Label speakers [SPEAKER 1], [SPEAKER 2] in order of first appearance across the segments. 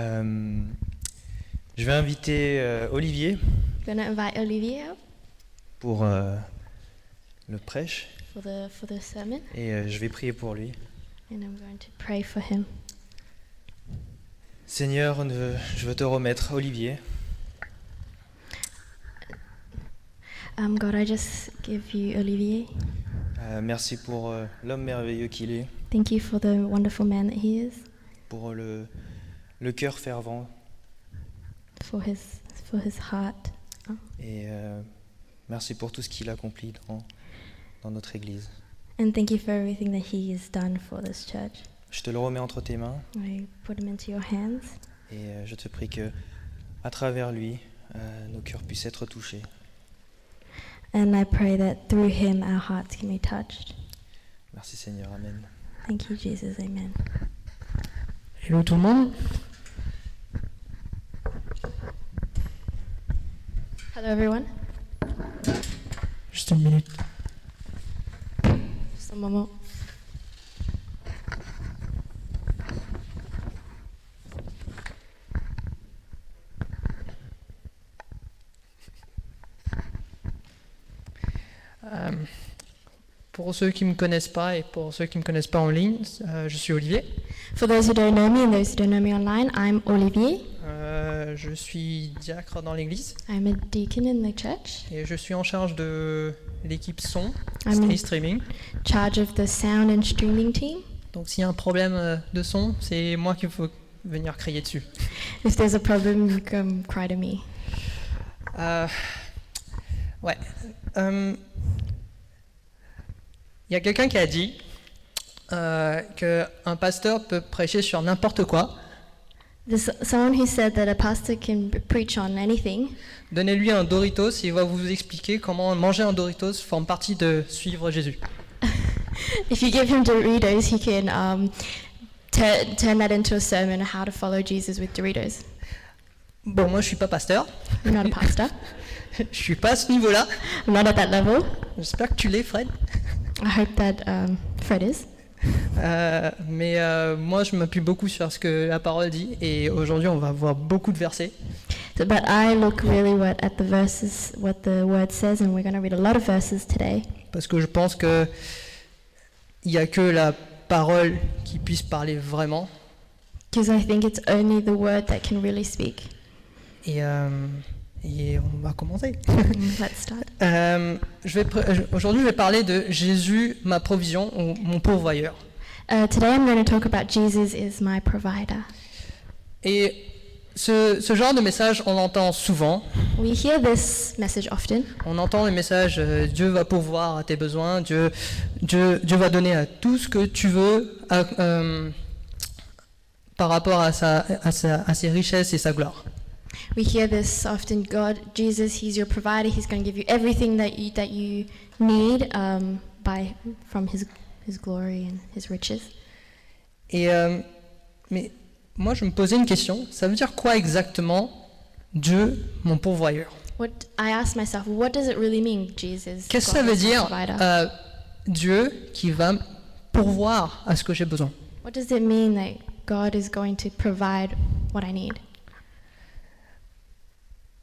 [SPEAKER 1] Euh, je vais inviter euh, Olivier
[SPEAKER 2] Gonna invite Olivier up
[SPEAKER 1] pour euh, le prêche
[SPEAKER 2] for the for the sermon,
[SPEAKER 1] et euh, je vais prier pour lui.
[SPEAKER 2] and I'm going to pray for him.
[SPEAKER 1] Seigneur, ne- je veux te remettre Olivier.
[SPEAKER 2] Um, God, I just give you Olivier.
[SPEAKER 1] Euh, merci pour euh, l'homme merveilleux qu'il est,
[SPEAKER 2] Thank you for the wonderful man that he is,
[SPEAKER 1] pour le, le cœur fervent
[SPEAKER 2] for his for his heart,
[SPEAKER 1] et euh, merci pour tout ce qu'il accomplit dans, dans notre Église.
[SPEAKER 2] and thank you for everything that he has done for this church.
[SPEAKER 1] Je te le remets entre tes mains
[SPEAKER 2] I put him into your hands,
[SPEAKER 1] et euh, je te prie que, à travers lui, euh, nos cœurs puissent être touchés.
[SPEAKER 2] and I pray that through him our hearts can be touched.
[SPEAKER 1] Merci Seigneur, Amen.
[SPEAKER 2] Thank you, Jesus. Amen.
[SPEAKER 3] Hello tout le monde.
[SPEAKER 2] Hello, everyone.
[SPEAKER 3] Juste une minute.
[SPEAKER 2] Just a moment.
[SPEAKER 3] Euh, pour ceux qui ne me connaissent pas et pour ceux qui ne me connaissent pas en ligne, euh, je suis Olivier.
[SPEAKER 2] For those who don't know me and those who don't know me online, I'm Olivier.
[SPEAKER 3] Euh, je suis diacre dans l'église
[SPEAKER 2] I'm a deacon in the church.
[SPEAKER 3] et je suis en charge de l'équipe son
[SPEAKER 2] I'm in
[SPEAKER 3] et streaming.
[SPEAKER 2] charge of the sound and streaming team.
[SPEAKER 3] Donc s'il y a un problème euh, de son, c'est moi qu'il faut venir crier dessus.
[SPEAKER 2] If there's a problem, you come cry to me.
[SPEAKER 3] Euh, ouais. Euh, Il y a quelqu'un qui a dit euh, qu'un pasteur peut prêcher sur n'importe quoi.
[SPEAKER 2] There's someone who said that a pastor can p- preach on anything.
[SPEAKER 3] Donnez-lui un Doritos et il va vous expliquer comment manger un Doritos forme partie de suivre Jésus.
[SPEAKER 2] If you give him Doritos, he can um, tu- turn that into a sermon on how to follow Jesus with Doritos.
[SPEAKER 3] Bon, moi je suis pas pasteur,
[SPEAKER 2] I'm not a pastor.
[SPEAKER 3] je suis pas à ce niveau-là.
[SPEAKER 2] I'm not at that level.
[SPEAKER 3] J'espère que tu l'es, Fred.
[SPEAKER 2] I hope that um, Fred is.
[SPEAKER 3] Euh, mais euh, moi je m'appuie beaucoup sur ce que la parole dit et aujourd'hui on va voir beaucoup de versets.
[SPEAKER 2] So, but I look really what at the verses, what the word says, and we're going to read a lot of verses today
[SPEAKER 3] Parce que je pense que il n'y a que la parole qui puisse parler vraiment.
[SPEAKER 2] because I think it's only the word that can really speak.
[SPEAKER 3] Et, euh, et on va commencer.
[SPEAKER 2] Let's start.
[SPEAKER 3] Euh, je vais pr- Aujourd'hui, je vais parler de Jésus, ma provision, ou mon pourvoyeur.
[SPEAKER 2] Uh, today I'm going to talk about Jesus is my provider.
[SPEAKER 3] Et ce, ce genre de message, on l'entend souvent.
[SPEAKER 2] We hear this message often.
[SPEAKER 3] On entend le message euh, Dieu va pourvoir à tes besoins, Dieu, Dieu, Dieu va donner à tout ce que tu veux à- euh, par rapport à, sa, à, sa- à ses richesses et sa gloire.
[SPEAKER 2] We hear this often. God, Jesus, He's your provider. He's going to give you everything that you that you need um, by from His His glory and His riches.
[SPEAKER 3] Et, euh, mais moi, je me posais une question ça veut dire quoi exactement Dieu, mon pourvoyeur
[SPEAKER 2] What I asked myself, what does it really mean, Jesus?
[SPEAKER 3] Qu'est-ce
[SPEAKER 2] God
[SPEAKER 3] que ça veut
[SPEAKER 2] is my
[SPEAKER 3] dire
[SPEAKER 2] provider?
[SPEAKER 3] euh, Dieu qui va me pourvoir à ce que j'ai besoin
[SPEAKER 2] what does it mean that God is going to provide what I need?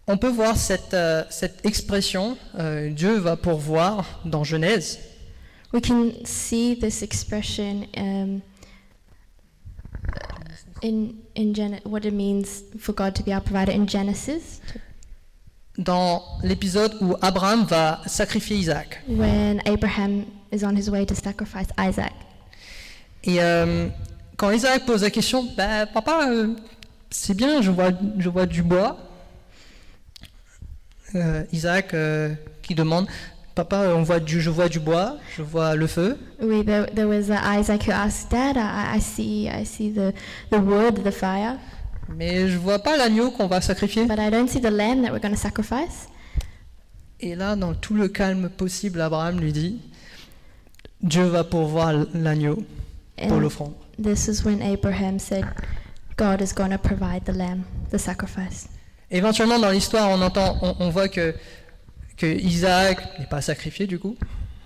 [SPEAKER 3] On peut voir cette, euh, cette expression euh, Dieu va pourvoir dans Genèse.
[SPEAKER 2] We can see this expression um, in in Gen- what it means for God to be our provider in Genesis,
[SPEAKER 3] dans l'épisode où Abraham va sacrifier Isaac.
[SPEAKER 2] when Abraham is on his way to sacrifice Isaac.
[SPEAKER 3] Et euh, quand Isaac pose la question, bah, papa, euh, c'est bien, je vois, je vois du bois. Euh, Isaac euh, qui demande, papa, euh, on voit du, je vois du bois, je vois le feu.
[SPEAKER 2] We there, there was uh, Isaac who asked, "Dad, I, I see I see the the wood, the fire,
[SPEAKER 3] Mais je vois pas l'agneau qu'on va sacrifier.
[SPEAKER 2] but I don't see the lamb that we're going to sacrifice."
[SPEAKER 3] Et là, dans tout le calme possible, Abraham lui dit, Dieu va pourvoir l'agneau pour
[SPEAKER 2] And
[SPEAKER 3] l'offrande.
[SPEAKER 2] this is when Abraham said, "God is going to provide the lamb, the sacrifice."
[SPEAKER 3] Éventuellement, dans l'histoire, on entend, on, on voit que, que Isaac n'est pas sacrifié du coup,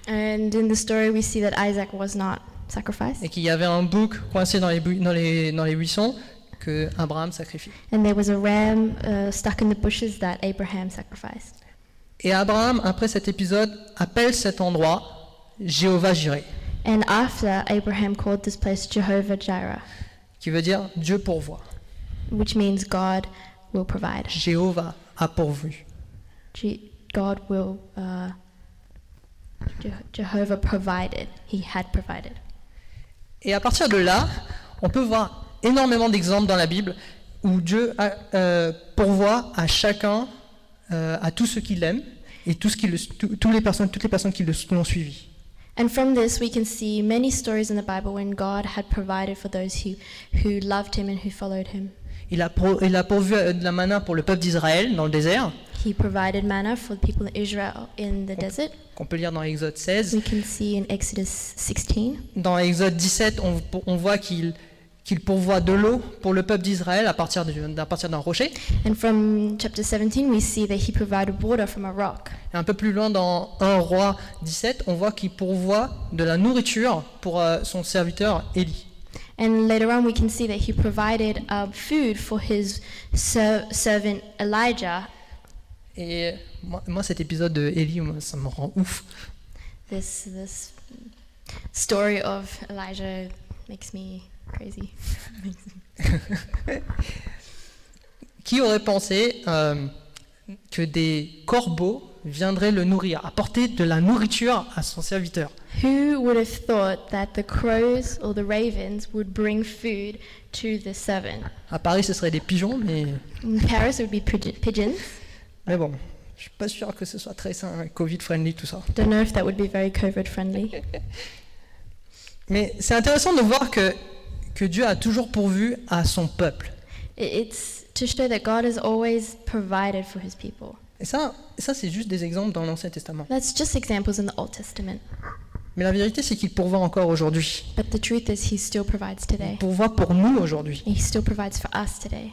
[SPEAKER 2] And in the story, we see that Isaac was not sacrificed.
[SPEAKER 3] et qu'il y avait un bouc coincé dans les, bu- dans les, dans les buissons que Abraham sacrifie.
[SPEAKER 2] And there was a ram uh, stuck in the bushes that Abraham sacrificed.
[SPEAKER 3] Et Abraham, après cet épisode, appelle cet endroit Jéhovah Jireh,
[SPEAKER 2] And after, Abraham called this place Jehovah Jireh,
[SPEAKER 3] qui veut dire Dieu pourvoit.
[SPEAKER 2] which means God will provide.
[SPEAKER 3] Jéhovah a pourvu.
[SPEAKER 2] Je- God will, uh, Je- Jehovah provided. He had provided.
[SPEAKER 3] Et à partir de là, on peut voir énormément d'exemples dans la Bible où Dieu a, euh, pourvoit à chacun, euh, à tout ce qu'il aime et tout ce qui le- tout- tous les personnes, toutes les personnes qui le- qui l'ont suivi.
[SPEAKER 2] And from this, we can see many stories in the Bible when God had provided for those who, who loved him and who followed him.
[SPEAKER 3] Il a, pour- il a pourvu euh, de la manna pour le peuple d'Israël dans le désert,
[SPEAKER 2] He provided manna for the people of Israel in the desert.
[SPEAKER 3] qu'on peut lire dans Exode 16.
[SPEAKER 2] We can see in Exodus 16.
[SPEAKER 3] Dans Exode 17, on, on voit qu'il qu'il pourvoit de l'eau pour le peuple d'Israël à partir du- à partir d'un rocher.
[SPEAKER 2] And from chapter 17, we see that he provided water from a rock.
[SPEAKER 3] Et un peu plus loin dans 1 roi 17, on voit qu'il pourvoit de la nourriture pour euh, son serviteur Élie.
[SPEAKER 2] And later on, we can see that he provided uh, food for his ser- servant Elijah.
[SPEAKER 3] Et moi, moi, cet épisode de Ellie, moi, ça me rend ouf.
[SPEAKER 2] This, this story of Elijah makes me crazy.
[SPEAKER 3] Qui aurait pensé euh, que des corbeaux viendraient le nourrir, apporter de la nourriture à son serviteur
[SPEAKER 2] Who would have thought that the crows or the ravens would bring food to the servant?
[SPEAKER 3] À Paris, ce serait des pigeons, mais,
[SPEAKER 2] In Paris, it would be pigeon- pigeons.
[SPEAKER 3] mais bon, je suis pas sûr que ce soit très sain, Covid-friendly, tout ça.
[SPEAKER 2] Don't know if that would be very COVID friendly.
[SPEAKER 3] Mais c'est intéressant de voir que, que Dieu a toujours pourvu à son peuple.
[SPEAKER 2] It- It's to show that God has always provided for his people.
[SPEAKER 3] Et ça, ça c'est juste des exemples dans l'Ancien Testament.
[SPEAKER 2] That's just examples in the Old Testament.
[SPEAKER 3] Mais la vérité, c'est qu'il pourvoit encore aujourd'hui.
[SPEAKER 2] But the truth is, he still provides
[SPEAKER 3] Il
[SPEAKER 2] today.
[SPEAKER 3] pourvoit pour nous aujourd'hui.
[SPEAKER 2] He still provides for us today.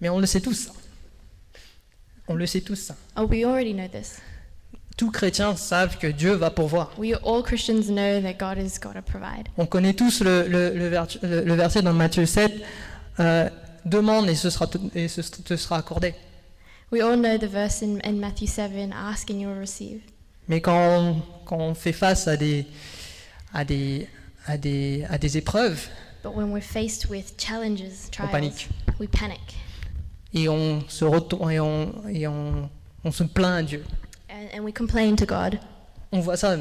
[SPEAKER 3] Mais on le sait tous, ça. On le sait tous, ça.
[SPEAKER 2] Oh, we already know this.
[SPEAKER 3] Tous chrétiens savent que Dieu va pourvoir.
[SPEAKER 2] We all Christians know that God is going to provide.
[SPEAKER 3] On connaît tous le, le- le vertu- le- le verset dans Matthieu 7, euh, demande et ce sera, tout- et ce te sera accordé.
[SPEAKER 2] We all know the verse in, in Matthew 7 ask and you will receive.
[SPEAKER 3] Mais quand on, quand on fait face à des, à des, à des, à des épreuves
[SPEAKER 2] But when we're faced with challenges, trials,
[SPEAKER 3] panique.
[SPEAKER 2] we panic
[SPEAKER 3] et on se retourne et on, et on, on se plaint à Dieu.
[SPEAKER 2] and, and we complain to God.
[SPEAKER 3] On voit ça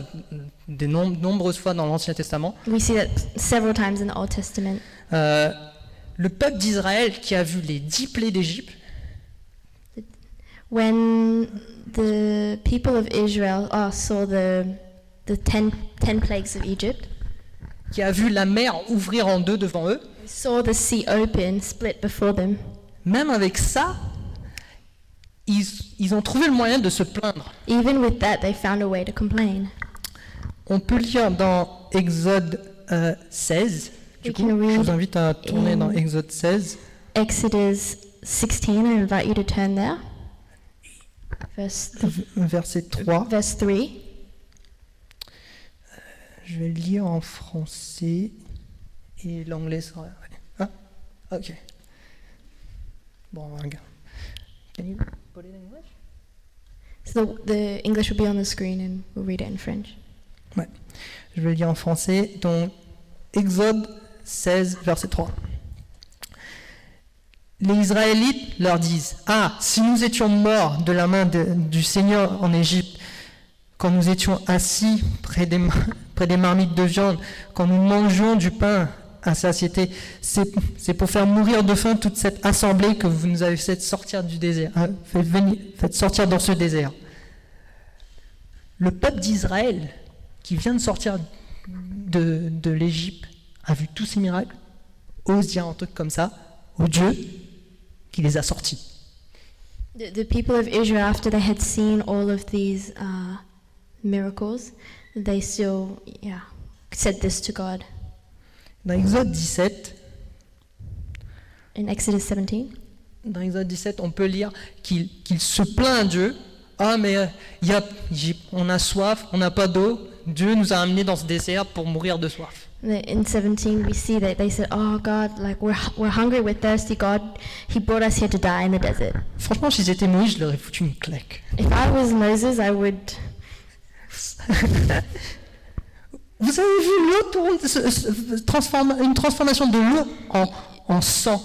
[SPEAKER 3] de nombreuses fois dans l'Ancien Testament.
[SPEAKER 2] We see that several times in the Old Testament.
[SPEAKER 3] Euh, le peuple d'Israël qui a vu les dix plaies d'Égypte
[SPEAKER 2] When the people of Israel uh, saw the, the ten, ten plagues of Egypt,
[SPEAKER 3] qui a vu la mer ouvrir en deux devant eux,
[SPEAKER 2] we saw the sea open, split before them.
[SPEAKER 3] même avec ça, ils, ils ont trouvé le moyen de se plaindre.
[SPEAKER 2] Even with that, they found a way to complain.
[SPEAKER 3] On peut lire dans Exode euh, 16. Du
[SPEAKER 2] We
[SPEAKER 3] coup,
[SPEAKER 2] can
[SPEAKER 3] je
[SPEAKER 2] read
[SPEAKER 3] vous invite à tourner dans
[SPEAKER 2] in-
[SPEAKER 3] Exode 16.
[SPEAKER 2] Exodus 16, I invite you to turn there. Verse, th-
[SPEAKER 3] Verset 3.
[SPEAKER 2] verse 3.
[SPEAKER 3] Je vais le lire en français et l'anglais sera. ouais. Hein? Ok. Bon, regarde. Can you put it in English?
[SPEAKER 2] So the, the English will be on the screen and we'll read it in French.
[SPEAKER 3] Je vais le lire en français. Donc, Exode 16, verset 3. Les Israélites leur disent Ah, si nous étions morts de la main de- du Seigneur en Égypte, quand nous étions assis près des, mar- près des marmites de viande, quand nous mangions du pain à satiété, c'est c'est pour faire mourir de faim toute cette assemblée que vous nous avez fait sortir du désert, hein, fait venir- faites sortir dans ce désert. Le peuple d'Israël, qui vient de sortir de, de l'Égypte, a vu tous ces miracles, ose dire un truc comme ça au Dieu qui les a sortis.
[SPEAKER 2] The, the people of Israel, after they had seen all of these uh, miracles, they still yeah, said this to God.
[SPEAKER 3] Dans Exode 17,
[SPEAKER 2] In Exodus 17,
[SPEAKER 3] dans Exode 17 on peut lire qu'il qu'il se plaint à Dieu. Ah, mais euh, y a, j'ai- on a soif, on n'a pas d'eau. Dieu nous a amenés dans ce désert pour mourir de soif.
[SPEAKER 2] In 17, we see that they said, "Oh God, like we're we're hungry, we're thirsty. God, He brought us here to die in the desert.
[SPEAKER 3] Franchement, si j'étais Moïse, je leur ai foutu une claque.
[SPEAKER 2] If I was Moses, I would.
[SPEAKER 3] Vous avez vu l'eau tourne- se- se- transforme- une transformation de l'eau en, en sang.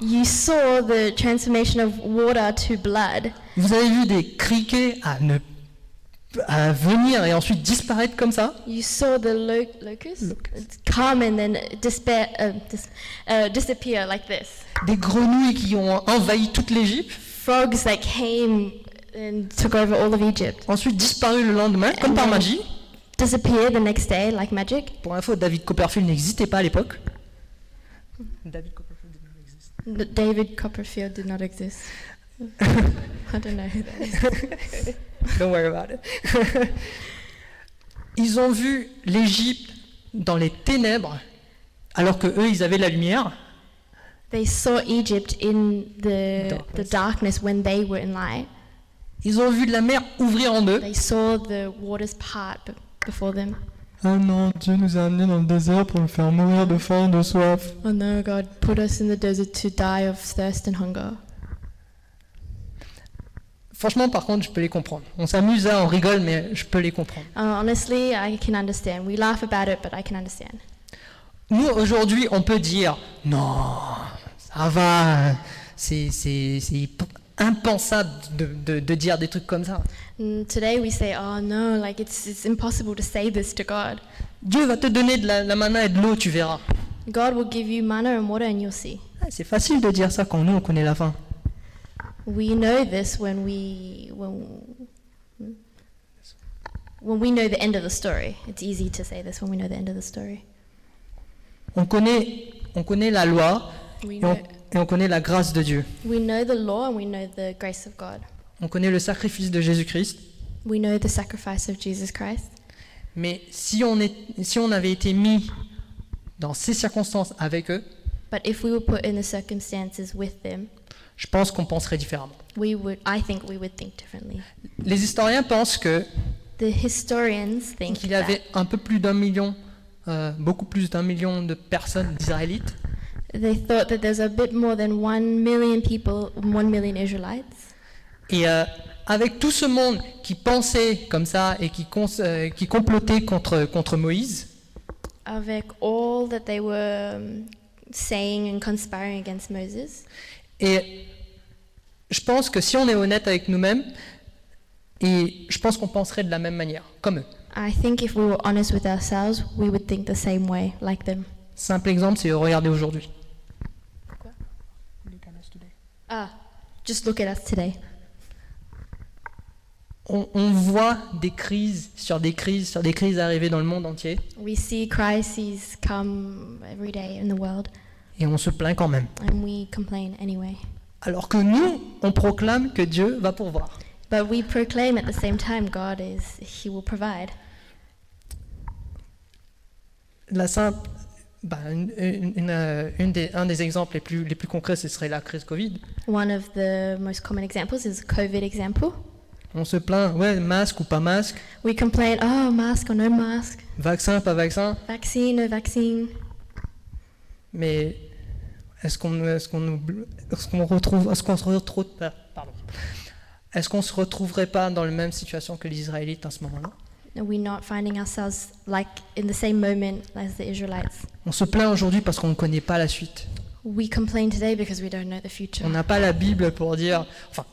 [SPEAKER 2] You saw the transformation of water to blood.
[SPEAKER 3] Vous avez vu des criquets à ne à venir et ensuite disparaître comme ça.
[SPEAKER 2] You saw the lo- locust come and then despair, uh, dis- uh, disappear like this.
[SPEAKER 3] Des grenouilles qui ont envahi toute l'Égypte,
[SPEAKER 2] Frogs that came and took over all of Egypt
[SPEAKER 3] ensuite disparu le lendemain comme par magie.
[SPEAKER 2] disappeared the next day like magic.
[SPEAKER 3] Pour info, David Copperfield n'existait pas à l'époque. David
[SPEAKER 2] N- David Copperfield did not exist. I don't know who that is.
[SPEAKER 3] Copperfield. Don't worry about it. ils ont vu l'Égypte dans les ténèbres, alors que eux, ils avaient la lumière.
[SPEAKER 2] They saw Egypt in the the
[SPEAKER 3] Darkness.
[SPEAKER 2] darkness when they were in light.
[SPEAKER 3] Ils ont vu la mer ouvrir en deux.
[SPEAKER 2] They saw the waters part b- before them.
[SPEAKER 3] Oh non, Dieu nous a amenés dans le désert pour le faire mourir de faim, de soif.
[SPEAKER 2] Oh no, God put us in the desert to die of thirst and hunger.
[SPEAKER 3] Franchement, par contre, je peux les comprendre. On s'amuse là, on rigole, mais je peux les comprendre.
[SPEAKER 2] Uh, honestly, I can understand. We laugh about it, but I can understand.
[SPEAKER 3] Nous, aujourd'hui, on peut dire non, ça va, c'est c'est- c'est imp- impensable de, de- de dire des trucs comme ça.
[SPEAKER 2] And today we say, oh no, like it's, it's impossible to say this to God.
[SPEAKER 3] Dieu va te donner de la, la manna et de l'eau, tu verras.
[SPEAKER 2] God will give you manna and water and you'll see.
[SPEAKER 3] Ah, C'est facile de dire ça quand nous, on connaît la fin.
[SPEAKER 2] We know this when we when hmm? when we know the end of the story. It's easy to say this when we know the end of the story.
[SPEAKER 3] On connaît, on connaît la loi
[SPEAKER 2] We
[SPEAKER 3] et on,
[SPEAKER 2] know,
[SPEAKER 3] et on connaît la grâce de Dieu.
[SPEAKER 2] we know the law and we know the grace of God.
[SPEAKER 3] On connaît le sacrifice de Jésus-Christ.
[SPEAKER 2] We know the sacrifice of Jesus Christ.
[SPEAKER 3] Mais si on, est, si on avait été mis dans ces circonstances avec eux,
[SPEAKER 2] But if we were put in the circumstances with them,
[SPEAKER 3] je pense qu'on penserait différemment.
[SPEAKER 2] we would I think we would think differently.
[SPEAKER 3] Les historiens pensent que
[SPEAKER 2] The historians think
[SPEAKER 3] qu'il y avait
[SPEAKER 2] that
[SPEAKER 3] un peu plus d'un million, euh, beaucoup plus d'un million de personnes d'Israélites
[SPEAKER 2] they thought that there's a bit more than 1 million people, 1 million Israelites.
[SPEAKER 3] Et euh, avec tout ce monde qui pensait comme ça et qui, cons- euh, qui complotait contre, contre Moïse,
[SPEAKER 2] avec all that they were um, saying and conspiring against Moses.
[SPEAKER 3] et je pense que si on est honnête avec nous-mêmes, et je pense qu'on penserait de la même manière, comme eux.
[SPEAKER 2] I think if we were honest with ourselves, we would think the same way, like them.
[SPEAKER 3] Simple exemple, c'est regarder aujourd'hui.
[SPEAKER 2] Ah, just look at us today.
[SPEAKER 3] On, on voit des crises sur des crises sur des crises arriver dans le monde entier
[SPEAKER 2] We see crises come every day in the world,
[SPEAKER 3] et on se plaint quand même.
[SPEAKER 2] and we complain anyway.
[SPEAKER 3] Alors que nous, on proclame que Dieu va pourvoir.
[SPEAKER 2] But we proclaim at the same time, God is, He will provide.
[SPEAKER 3] La simple, bah, une- une- une, euh, une des- un des exemples les plus, les plus concrets, ce serait la crise Covid.
[SPEAKER 2] One of the most common examples is COVID example.
[SPEAKER 3] On se plaint, ouais, masque ou pas masque,
[SPEAKER 2] We complain, oh, mask or no mask,
[SPEAKER 3] vaccin, pas vaccin,
[SPEAKER 2] vaccine, no vaccine.
[SPEAKER 3] mais est-ce qu'on est-ce qu'on oublie- est-ce qu'on retrouve, est-ce qu'on se retrouve, ah, pardon, est-ce qu'on se retrouverait pas dans la même situation que les Israélites à ce moment-là
[SPEAKER 2] Are we not finding ourselves like in the same moment as the Israelites?
[SPEAKER 3] On se plaint aujourd'hui parce qu'on ne connaît pas la suite.
[SPEAKER 2] We complain today because we don't know the future.
[SPEAKER 3] On n'a pas la Bible pour dire, enfin,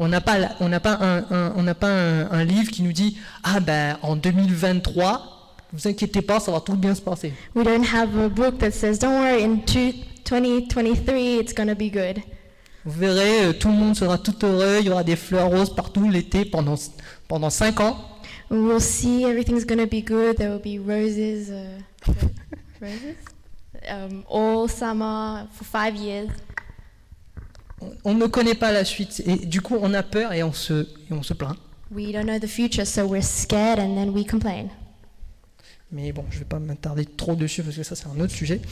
[SPEAKER 3] on n'a pas, la- on n'a pas un, un- on n'a pas un, un livre qui nous dit, ah ben, en 2023, vous inquiétez pas, ça va tout bien se passer.
[SPEAKER 2] We don't have a book that says, don't worry, in two- 2023 it's going to be good.
[SPEAKER 3] Vous verrez, euh, tout le monde sera tout heureux, il y aura des fleurs roses partout l'été pendant, pendant 5 ans.
[SPEAKER 2] We'll see, everything's going to be good. There will be roses, uh, roses? Um, all summer for five years.
[SPEAKER 3] On, on ne connaît pas la suite et du coup, on a peur et on se, et on se plaint.
[SPEAKER 2] We don't know the future, so we're scared and then we complain.
[SPEAKER 3] Mais bon, je vais pas m'attarder trop dessus parce que ça, c'est un autre sujet.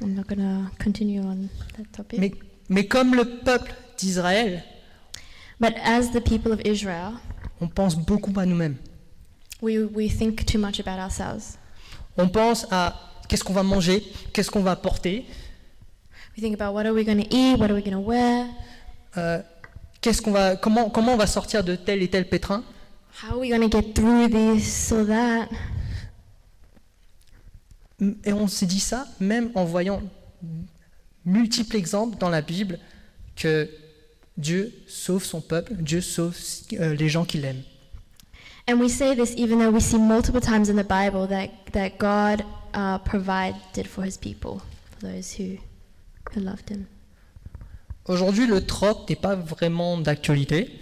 [SPEAKER 2] I'm not going to continue on that topic.
[SPEAKER 3] Mais, mais comme le peuple d'Israël,
[SPEAKER 2] but as the people of Israel,
[SPEAKER 3] on pense beaucoup à nous-mêmes.
[SPEAKER 2] we, we think too much about ourselves.
[SPEAKER 3] On pense à qu'est-ce qu'on va manger, qu'est-ce qu'on va porter,
[SPEAKER 2] We think about what are we going to eat, what are we going to wear,
[SPEAKER 3] euh, qu'est-ce qu'on va, comment, comment on va sortir de tel et tel pétrin.
[SPEAKER 2] how are we going to get through this or that.
[SPEAKER 3] Et on s'est dit ça même en voyant multiples exemples dans la Bible que Dieu sauve son peuple, Dieu sauve euh, les gens qu'il aime.
[SPEAKER 2] And we say this even though we see multiple times in the Bible that, that God uh, provided for his people, for those who, who loved him.
[SPEAKER 3] Aujourd'hui, le troc n'est pas vraiment d'actualité.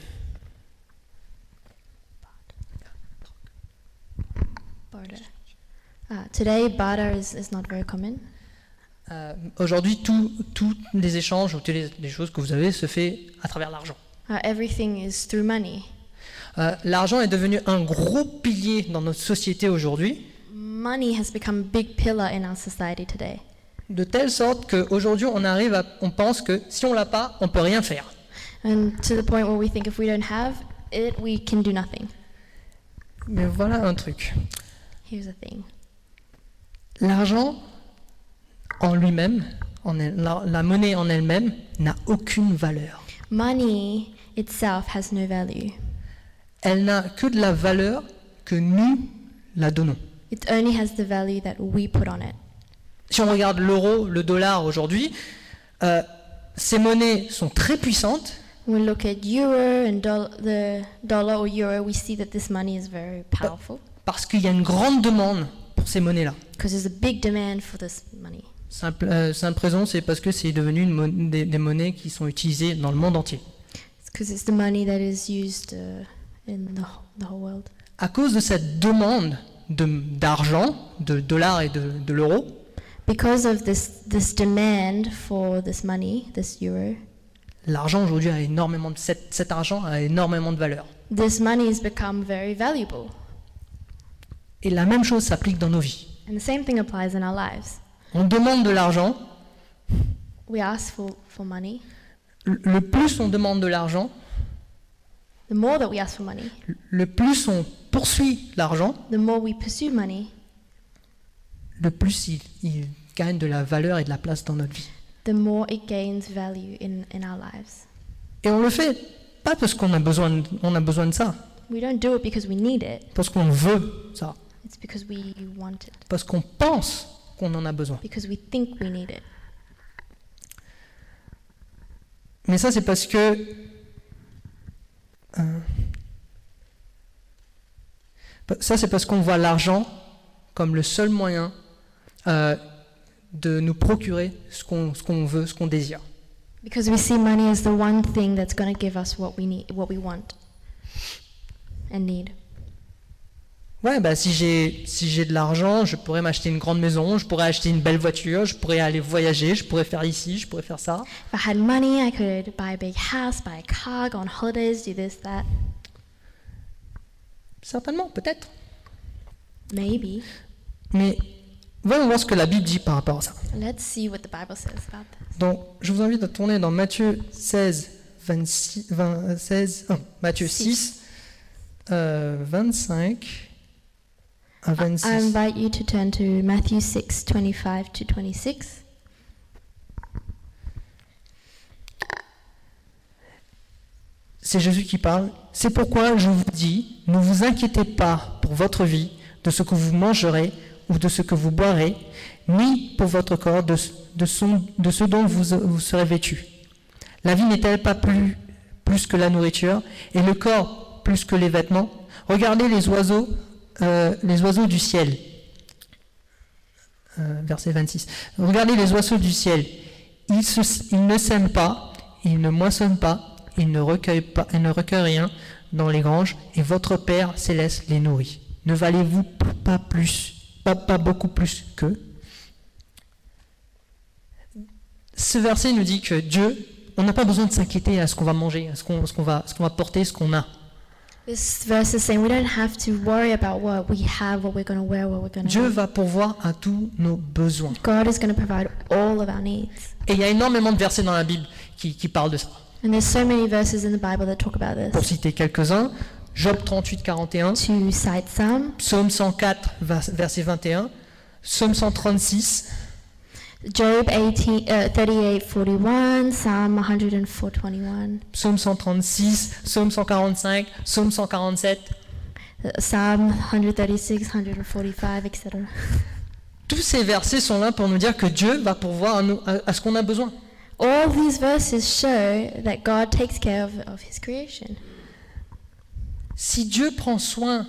[SPEAKER 2] Barter. Uh, today, barter is, is not very common.
[SPEAKER 3] Euh, Aujourd'hui, tous tous les échanges ou toutes les, les choses que vous avez se fait à travers l'argent.
[SPEAKER 2] Uh, everything is through money.
[SPEAKER 3] Euh, l'argent est devenu un gros pilier dans notre société aujourd'hui,
[SPEAKER 2] Money has become a big pillar in our society today.
[SPEAKER 3] de telle sorte qu'aujourd'hui, on arrive à, on pense que si on l'a pas, on peut rien faire.
[SPEAKER 2] And to the point where we think if we don't have it, we can do nothing.
[SPEAKER 3] Mais voilà un truc.
[SPEAKER 2] Here's the thing
[SPEAKER 3] L'argent en lui-même, en elle- la, la monnaie en elle-même, n'a aucune valeur.
[SPEAKER 2] money itself has no value,
[SPEAKER 3] Elle n'a que de la valeur que nous la donnons.
[SPEAKER 2] it only has the value that we put on it.
[SPEAKER 3] Si on regarde l'euro, le dollar aujourd'hui, euh, ces monnaies sont très puissantes,
[SPEAKER 2] When we look at euro and doll the dollar or euro, we see that this money is very powerful
[SPEAKER 3] parce qu'il y a une grande demande pour ces monnaies-là.
[SPEAKER 2] because there's a big demand for this money.
[SPEAKER 3] Simple, euh, simple raison, c'est parce que c'est devenu une mon- des, des monnaies qui sont utilisées dans le monde entier.
[SPEAKER 2] It's because it's the money that is used uh, in the, wh- the whole world.
[SPEAKER 3] À cause de cette demande de- d'argent, de, dollars et de, de l'euro,
[SPEAKER 2] Because of this, this demand for this money, this euro,
[SPEAKER 3] l'argent aujourd'hui a énormément de, cet, cet argent a énormément de valeur.
[SPEAKER 2] this money has become very valuable.
[SPEAKER 3] Et la même chose s'applique dans nos vies.
[SPEAKER 2] And the same thing applies in our lives.
[SPEAKER 3] On demande de l'argent,
[SPEAKER 2] We ask for, for money.
[SPEAKER 3] le- le plus on demande de l'argent,
[SPEAKER 2] The more that we ask for money,
[SPEAKER 3] le plus on poursuit l'argent,
[SPEAKER 2] the more we pursue money,
[SPEAKER 3] le plus il, il gagne de la valeur et de la place dans notre vie.
[SPEAKER 2] the more it gains value in, in our lives.
[SPEAKER 3] Et on le fait pas parce qu'on a besoin, de- on a besoin de ça,
[SPEAKER 2] We don't do it because we need it,
[SPEAKER 3] parce qu'on veut ça,
[SPEAKER 2] it's because we want it,
[SPEAKER 3] parce qu'on pense qu'on en a besoin.
[SPEAKER 2] because we think we need it.
[SPEAKER 3] Mais ça, c'est parce que euh, ça, c'est parce qu'on voit l'argent comme le seul moyen euh, de nous procurer ce qu'on ce qu'on veut, ce qu'on désire.
[SPEAKER 2] Because we see money as the one thing that's going to give us what we need, what we want and need.
[SPEAKER 3] Ouais, bah si j'ai si j'ai de l'argent, je pourrais m'acheter une grande maison, je pourrais acheter une belle voiture, je pourrais aller voyager, je pourrais faire ici, je pourrais faire ça.
[SPEAKER 2] If I had money, I could buy a big house, buy a car, go on holidays, do this, that.
[SPEAKER 3] Certainement, peut-être.
[SPEAKER 2] Maybe.
[SPEAKER 3] Mais voyons voir ce que la Bible dit par rapport à ça.
[SPEAKER 2] Let's see what the Bible says about this.
[SPEAKER 3] Donc, je vous invite à tourner dans Matthieu 16, 26, 20, euh, 16, non, Matthieu
[SPEAKER 2] Six.
[SPEAKER 3] 6, euh, 25 à
[SPEAKER 2] I
[SPEAKER 3] 26.
[SPEAKER 2] invite you to turn to Matthew 6, 25 to 26.
[SPEAKER 3] C'est Jésus qui parle. C'est pourquoi je vous dis, ne vous inquiétez pas pour votre vie, de ce que vous mangerez ou de ce que vous boirez, ni pour votre corps, de, ce- de son- de ce dont vous, vous serez vêtu. La vie n'est-elle pas plus, plus que la nourriture, et le corps plus que les vêtements Regardez les oiseaux, euh, les oiseaux du ciel. Euh, verset 26. Regardez les oiseaux du ciel. Ils, se- ils ne sèment pas, ils ne moissonnent pas, ils ne recueillent pas, ils ne recueillent rien dans les granges, et votre Père céleste les nourrit. Ne valez-vous p- pas plus, pas, pas beaucoup plus qu'eux Ce verset nous dit que Dieu, on n'a pas besoin de s'inquiéter à ce qu'on va manger, à ce qu'on ce qu'on va, ce qu'on va porter, ce qu'on a.
[SPEAKER 2] This verse is saying we don't have to worry about what we have, what we're going to wear, what we're going
[SPEAKER 3] Dieu
[SPEAKER 2] to.
[SPEAKER 3] va pourvoir à tous nos besoins.
[SPEAKER 2] God is going to provide all of our needs.
[SPEAKER 3] Et il y a énormément de versets dans la Bible qui, qui parlent de ça.
[SPEAKER 2] And there's so many verses in the Bible that talk about
[SPEAKER 3] Pour
[SPEAKER 2] this.
[SPEAKER 3] citer quelques-uns, Job 38, 41,
[SPEAKER 2] To cite some,
[SPEAKER 3] Psaume 104, vers- verset 21, Psaume 136,
[SPEAKER 2] Job 18, uh, 38, 41, Psalm 104, 21,
[SPEAKER 3] Psaume 136, Psaume 145, Psaume 147.
[SPEAKER 2] uh, Psalm 136, 145, etc.
[SPEAKER 3] Tous ces versets sont là pour nous dire que Dieu va pourvoir à, nous- à- à ce qu'on a besoin.
[SPEAKER 2] All these verses show that God takes care of, of his creation.
[SPEAKER 3] Si Dieu prend soin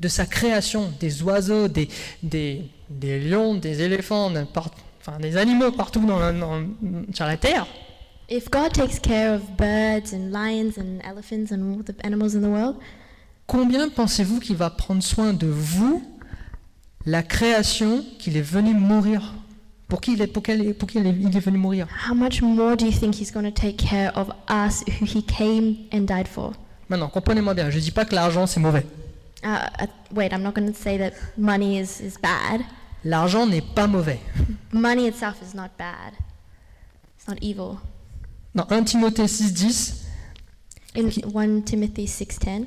[SPEAKER 3] de sa création, des oiseaux, des, des, des lions, des éléphants, n'importe- enfin, des animaux partout dans la- dans- sur la terre,
[SPEAKER 2] If God takes care of birds and lions and elephants and all the animals in the world,
[SPEAKER 3] combien pensez-vous qu'il va prendre soin de vous, la création qu'il est venu mourir Pour qui il est, pour quelle- pour qui il est- il est venu mourir
[SPEAKER 2] how much more do you think he's going to take care of us who he came and died for?
[SPEAKER 3] Maintenant, comprenez-moi bien, je ne dis pas que l'argent c'est mauvais.
[SPEAKER 2] Uh, uh, wait, I'm not going to say that money is, is bad.
[SPEAKER 3] L'argent n'est pas mauvais.
[SPEAKER 2] Money itself is not bad, it's not evil.
[SPEAKER 3] Dans 1 Timothée 6.10,
[SPEAKER 2] In 1 Timothy 6:10,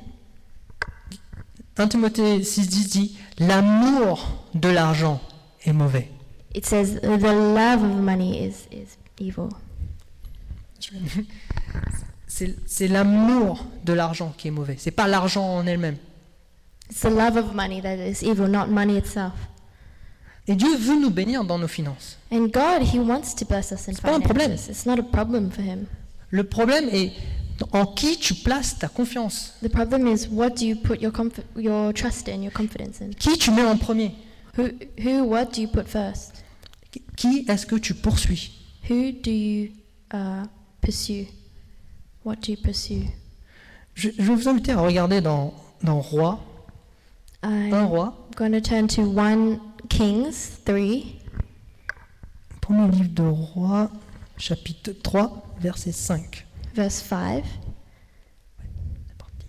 [SPEAKER 3] 1 Timothée 6.10 dit « L'amour de l'argent est mauvais.
[SPEAKER 2] it says the love of money is, is evil. »
[SPEAKER 3] C'est c'est l'amour de l'argent qui est mauvais. C'est pas l'argent en elle-même.
[SPEAKER 2] It's the love of money that is evil, not money itself.
[SPEAKER 3] Et Dieu veut nous bénir dans nos finances.
[SPEAKER 2] And God, He wants to bless us in
[SPEAKER 3] pas un
[SPEAKER 2] finances.
[SPEAKER 3] problème.
[SPEAKER 2] It's not a problem for Him.
[SPEAKER 3] Le problème est en qui tu places ta confiance.
[SPEAKER 2] The problem is what do you put your comf- your trust in, your confidence in?
[SPEAKER 3] Qui tu mets en premier
[SPEAKER 2] Who, who, what do you put first?
[SPEAKER 3] Qui est-ce que tu poursuis
[SPEAKER 2] Who do you uh, pursue? What do you pursue?
[SPEAKER 3] je, je vais vous inviter à regarder dans, dans Roi, un
[SPEAKER 2] I'm
[SPEAKER 3] Roi,
[SPEAKER 2] going to turn to 1 Kings 3.
[SPEAKER 3] pour le livre de Roi, chapitre 3, verset 5.
[SPEAKER 2] Verse 5.
[SPEAKER 3] C'est parti.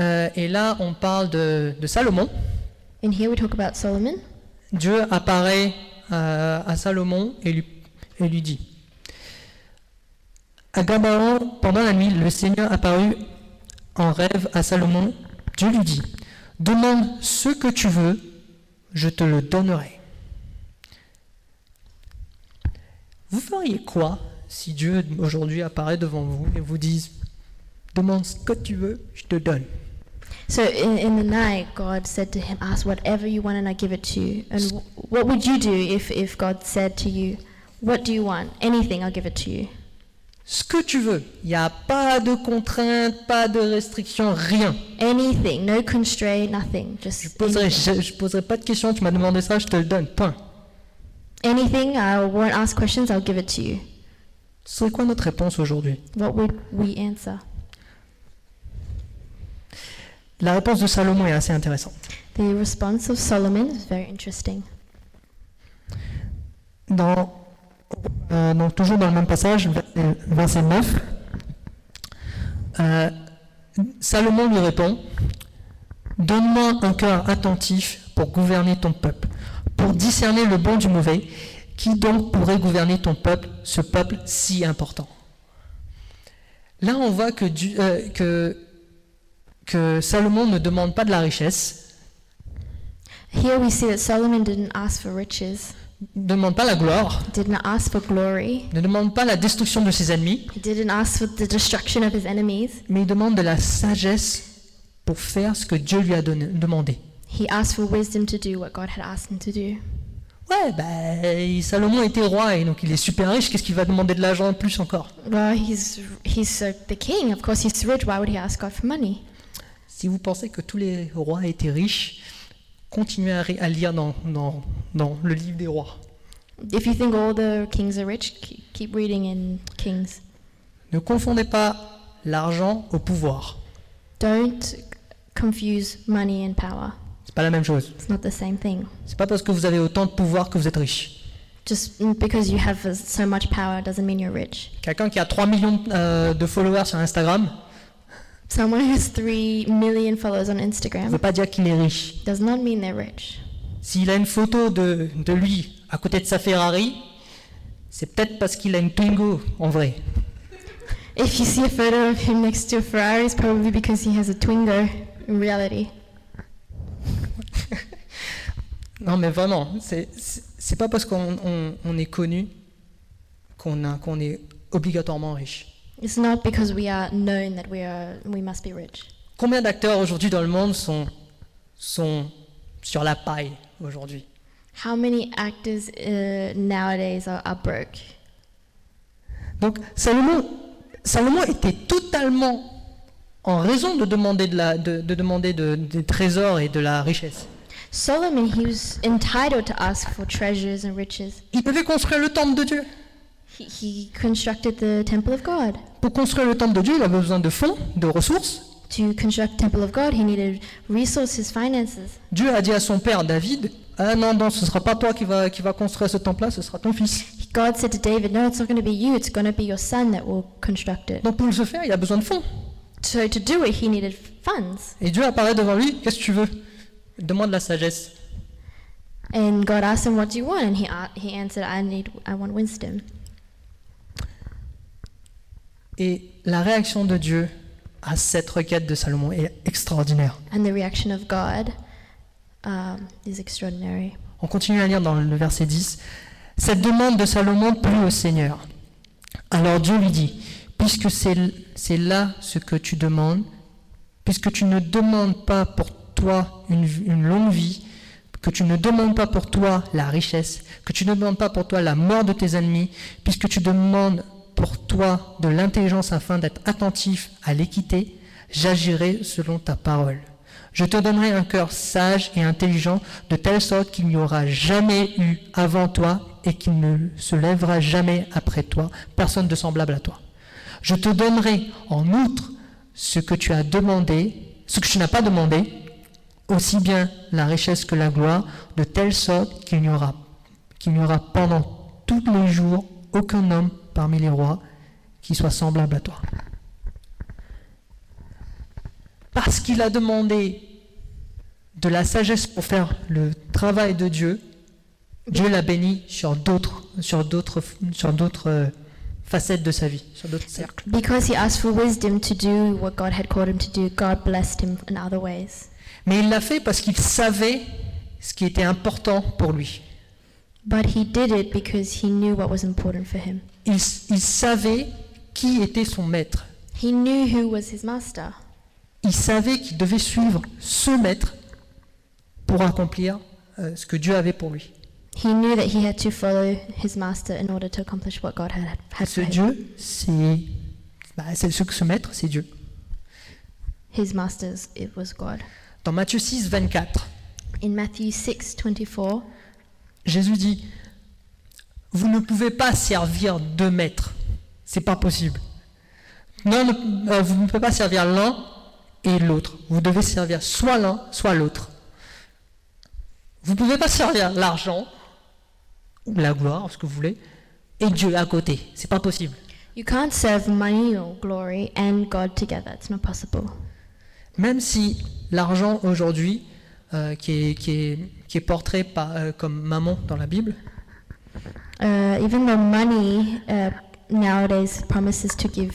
[SPEAKER 3] Euh, et là, on parle de, de Salomon.
[SPEAKER 2] And here we talk about Solomon.
[SPEAKER 3] Dieu apparaît euh, à Salomon et lui, et lui dit À Gabaon, pendant la nuit, le Seigneur apparut en rêve à Salomon. Dieu lui dit Demande ce que tu veux, je te le donnerai. Vous feriez quoi si Dieu aujourd'hui apparaît devant vous et vous dise Demande ce que tu veux, je te donne
[SPEAKER 2] So in, in the night, God said to him, Ask whatever you want and I give it to you. And w- what would you do if, if God said to you, What do you want? Anything, I'll give it to you.
[SPEAKER 3] Ce que tu veux. Il n'y a pas de contraintes, pas de restrictions, rien.
[SPEAKER 2] Anything, no constraint, nothing.
[SPEAKER 3] Je
[SPEAKER 2] Just
[SPEAKER 3] poserai,
[SPEAKER 2] anything.
[SPEAKER 3] je, je poserai pas de questions, tu m'as demandé ça, je te le donne, point.
[SPEAKER 2] Anything, I won't ask questions, I'll give it to you.
[SPEAKER 3] Ce serait quoi notre réponse aujourd'hui
[SPEAKER 2] What would we answer?
[SPEAKER 3] La réponse de Salomon est assez intéressante.
[SPEAKER 2] The response of Solomon is very interesting.
[SPEAKER 3] Dans, euh, donc toujours dans le même passage, vers- euh, verset 9, euh, Salomon lui répond Donne-moi un cœur attentif pour gouverner ton peuple, pour discerner le bon du mauvais. Qui donc pourrait gouverner ton peuple, ce peuple si important Là, on voit que, Dieu- euh, que, que Salomon ne demande pas de la richesse,
[SPEAKER 2] Here we see that Solomon didn't ask for riches,
[SPEAKER 3] ne demande pas la gloire,
[SPEAKER 2] didn't ask for glory,
[SPEAKER 3] ne demande pas la destruction de ses ennemis,
[SPEAKER 2] he didn't ask for the destruction of his enemies.
[SPEAKER 3] mais il demande de la sagesse pour faire ce que Dieu lui a donné- demandé.
[SPEAKER 2] He asked for wisdom to do what God had asked him to do.
[SPEAKER 3] Ouais, bah, Salomon était roi et donc il est super riche, qu'est-ce qu'il va demander de l'argent en plus encore
[SPEAKER 2] Well, he's he's uh, the king. Of course, he's rich. Why would he ask God for money?
[SPEAKER 3] Si vous pensez que tous les rois étaient riches, continuez à, ré- à lire dans, dans- dans le livre des rois.
[SPEAKER 2] If you think all the kings are rich, ke- keep reading in Kings.
[SPEAKER 3] Ne confondez pas l'argent au pouvoir,
[SPEAKER 2] Don't confuse money and power.
[SPEAKER 3] c'est pas la même chose.
[SPEAKER 2] It's not the same thing.
[SPEAKER 3] C'est pas parce que vous avez autant de pouvoir que vous êtes riche.
[SPEAKER 2] Just because you have uh, so much power doesn't mean you're rich.
[SPEAKER 3] Quelqu'un qui a 3 millions euh, de followers sur Instagram
[SPEAKER 2] Someone who has three million followers on
[SPEAKER 3] ne veut
[SPEAKER 2] Instagram
[SPEAKER 3] pas dire qu'il est riche.
[SPEAKER 2] does not mean they're rich.
[SPEAKER 3] S'il a une photo de, de lui à côté de sa Ferrari, c'est peut-être parce qu'il a une Twingo en vrai.
[SPEAKER 2] If you see a photo of him next to a Ferrari, it's probably because he has a Twingo. In reality,
[SPEAKER 3] Non, mais vraiment, c'est- c'est c'est pas parce qu'on on- on est connu qu'on a- qu'on est obligatoirement riche.
[SPEAKER 2] It's not because we are known that we are we must be rich.
[SPEAKER 3] Combien d'acteurs aujourd'hui dans le monde sont, sont sur la paille aujourd'hui
[SPEAKER 2] How many actors uh, nowadays are, are broke?
[SPEAKER 3] Donc Salomon, Salomon était totalement en raison de demander, de la, de, de demander de- des trésors et de la richesse.
[SPEAKER 2] Solomon he was entitled to ask for treasures and riches.
[SPEAKER 3] Il devait construire le temple de Dieu.
[SPEAKER 2] He, he constructed the temple of God.
[SPEAKER 3] Pour construire le temple de Dieu, il avait besoin de fonds, de ressources.
[SPEAKER 2] To construct the temple of God, he needed resources, finances.
[SPEAKER 3] Dieu a dit à son père David, ah non, non, ce ne sera pas toi qui va, qui va construire ce temple-là, ce sera ton fils.
[SPEAKER 2] God said to David, "No, it's not going to be you. It's going to be your son that will construct it."
[SPEAKER 3] Donc pour ce faire, il a besoin de fonds.
[SPEAKER 2] So to do it, he needed funds.
[SPEAKER 3] Et Dieu apparaît devant lui, qu'est-ce que tu veux Demande la sagesse.
[SPEAKER 2] And God asked him, "What do you want?" And he a- he answered, "I need I want wisdom."
[SPEAKER 3] Et la réaction de Dieu à cette requête de Salomon est extraordinaire.
[SPEAKER 2] And the reaction of God um, is extraordinary.
[SPEAKER 3] On continue à lire dans le verset 10. Cette demande de Salomon plut au Seigneur. Alors Dieu lui dit, puisque c'est c'est là ce que tu demandes, puisque tu ne demandes pas pour toi une, une longue vie, que tu ne demandes pas pour toi la richesse, que tu ne demandes pas pour toi la mort de tes ennemis, puisque tu demandes pour toi de l'intelligence afin d'être attentif à l'équité, j'agirai selon ta parole. Je te donnerai un cœur sage et intelligent, de telle sorte qu'il n'y aura jamais eu avant toi et qu'il ne se lèvera jamais après toi, personne de semblable à toi. Je te donnerai en outre ce que tu as demandé, ce que tu n'as pas demandé, aussi bien la richesse que la gloire, de telle sorte qu'il n'y aura, qu'il n'y aura pendant tous les jours aucun homme parmi les rois qui soit semblable à toi. Parce qu'il a demandé de la sagesse pour faire le travail de Dieu, Dieu l'a béni sur d'autres, sur d'autres, sur d'autres euh, facettes de sa vie, sur d'autres cercles.
[SPEAKER 2] Because he asked for wisdom to do what God had called him to do, God blessed him in other ways.
[SPEAKER 3] Mais il l'a fait parce qu'il savait ce qui était important pour lui.
[SPEAKER 2] But he did it because he knew what was important for him.
[SPEAKER 3] Il, il savait qui était son maître.
[SPEAKER 2] He knew who was his master.
[SPEAKER 3] Il savait qu'il devait suivre ce maître pour accomplir euh, ce que Dieu avait pour lui.
[SPEAKER 2] He knew that he had to follow his master in order to accomplish what God had had
[SPEAKER 3] Ce
[SPEAKER 2] for him.
[SPEAKER 3] Dieu, c'est bah, c'est- ce, ce maître, c'est Dieu.
[SPEAKER 2] His master's it was God.
[SPEAKER 3] Dans Matthieu 6, 24,
[SPEAKER 2] In Matthew 6:24,
[SPEAKER 3] Jésus dit Vous ne pouvez pas servir deux maîtres. C'est pas possible. Non, ne- euh, vous ne pouvez pas servir l'un et l'autre. Vous devez servir soit l'un, soit l'autre. Vous ne pouvez pas servir l'argent ou la gloire, ce que vous voulez, et Dieu à côté. C'est pas possible.
[SPEAKER 2] you can't serve money or glory and God together. It's not possible.
[SPEAKER 3] Même si l'argent aujourd'hui, euh, qui, est, qui, est, qui est portrait par- euh, comme maman dans la Bible,
[SPEAKER 2] Uh, even though money uh, nowadays promises to give,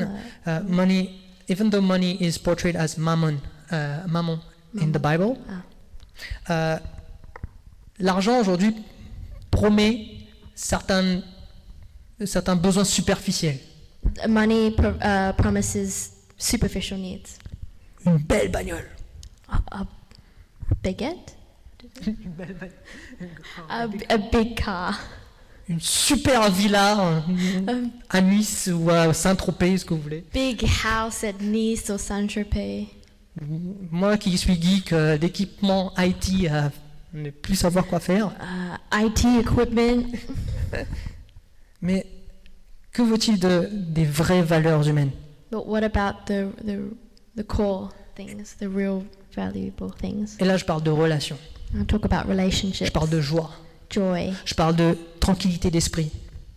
[SPEAKER 3] Uh, money, even though money is portrayed as mammon, uh, mammon in the Bible, euh, l'argent aujourd'hui promet certains, certains besoins superficiels.
[SPEAKER 2] money pro- uh, promises superficial needs.
[SPEAKER 3] Une belle bagnole.
[SPEAKER 2] A, a baguette? a, b- a big car.
[SPEAKER 3] Une super villa euh,
[SPEAKER 2] A
[SPEAKER 3] à Nice ou à Saint-Tropez, ce que vous voulez.
[SPEAKER 2] big house at Nice or Saint-Tropez.
[SPEAKER 3] Moi qui suis geek euh, d'équipement IT à ne plus savoir quoi faire,
[SPEAKER 2] Uh, IT equipment.
[SPEAKER 3] mais que vaut-il de, des vraies valeurs humaines
[SPEAKER 2] But what about the, the, the core things, the real valuable things?
[SPEAKER 3] Et là, je parle de relations,
[SPEAKER 2] I talk about
[SPEAKER 3] je
[SPEAKER 2] relationships,
[SPEAKER 3] parle de joie,
[SPEAKER 2] joy,
[SPEAKER 3] Je parle de tranquillité d'esprit.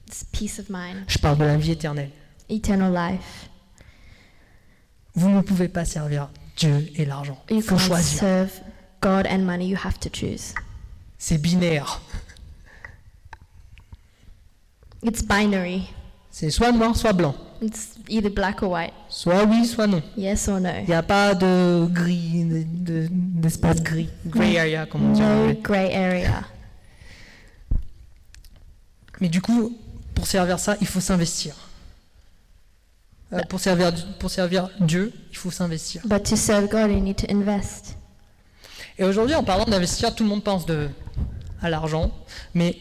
[SPEAKER 2] it's peace of mind,
[SPEAKER 3] Je parle de la vie éternelle.
[SPEAKER 2] eternal life.
[SPEAKER 3] Vous ne pouvez pas servir Dieu et l'argent.
[SPEAKER 2] You
[SPEAKER 3] Il faut
[SPEAKER 2] can't
[SPEAKER 3] choisir.
[SPEAKER 2] serve God and money. You have to choose.
[SPEAKER 3] C'est binaire.
[SPEAKER 2] It's binary.
[SPEAKER 3] C'est soit noir, soit blanc.
[SPEAKER 2] It's either black or white,
[SPEAKER 3] Soit oui, soit non.
[SPEAKER 2] yes or no.
[SPEAKER 3] Il n'y a pas de gris, de- de- d'espace gris, gray area, comme on dit. en
[SPEAKER 2] No
[SPEAKER 3] anglais.
[SPEAKER 2] grey area.
[SPEAKER 3] Mais du coup, pour servir ça, il faut s'investir. Euh, pour, servir, pour servir Dieu, il faut s'investir.
[SPEAKER 2] But to serve God, you need to invest.
[SPEAKER 3] Et aujourd'hui, en parlant d'investir, tout le monde pense de, à l'argent. Mais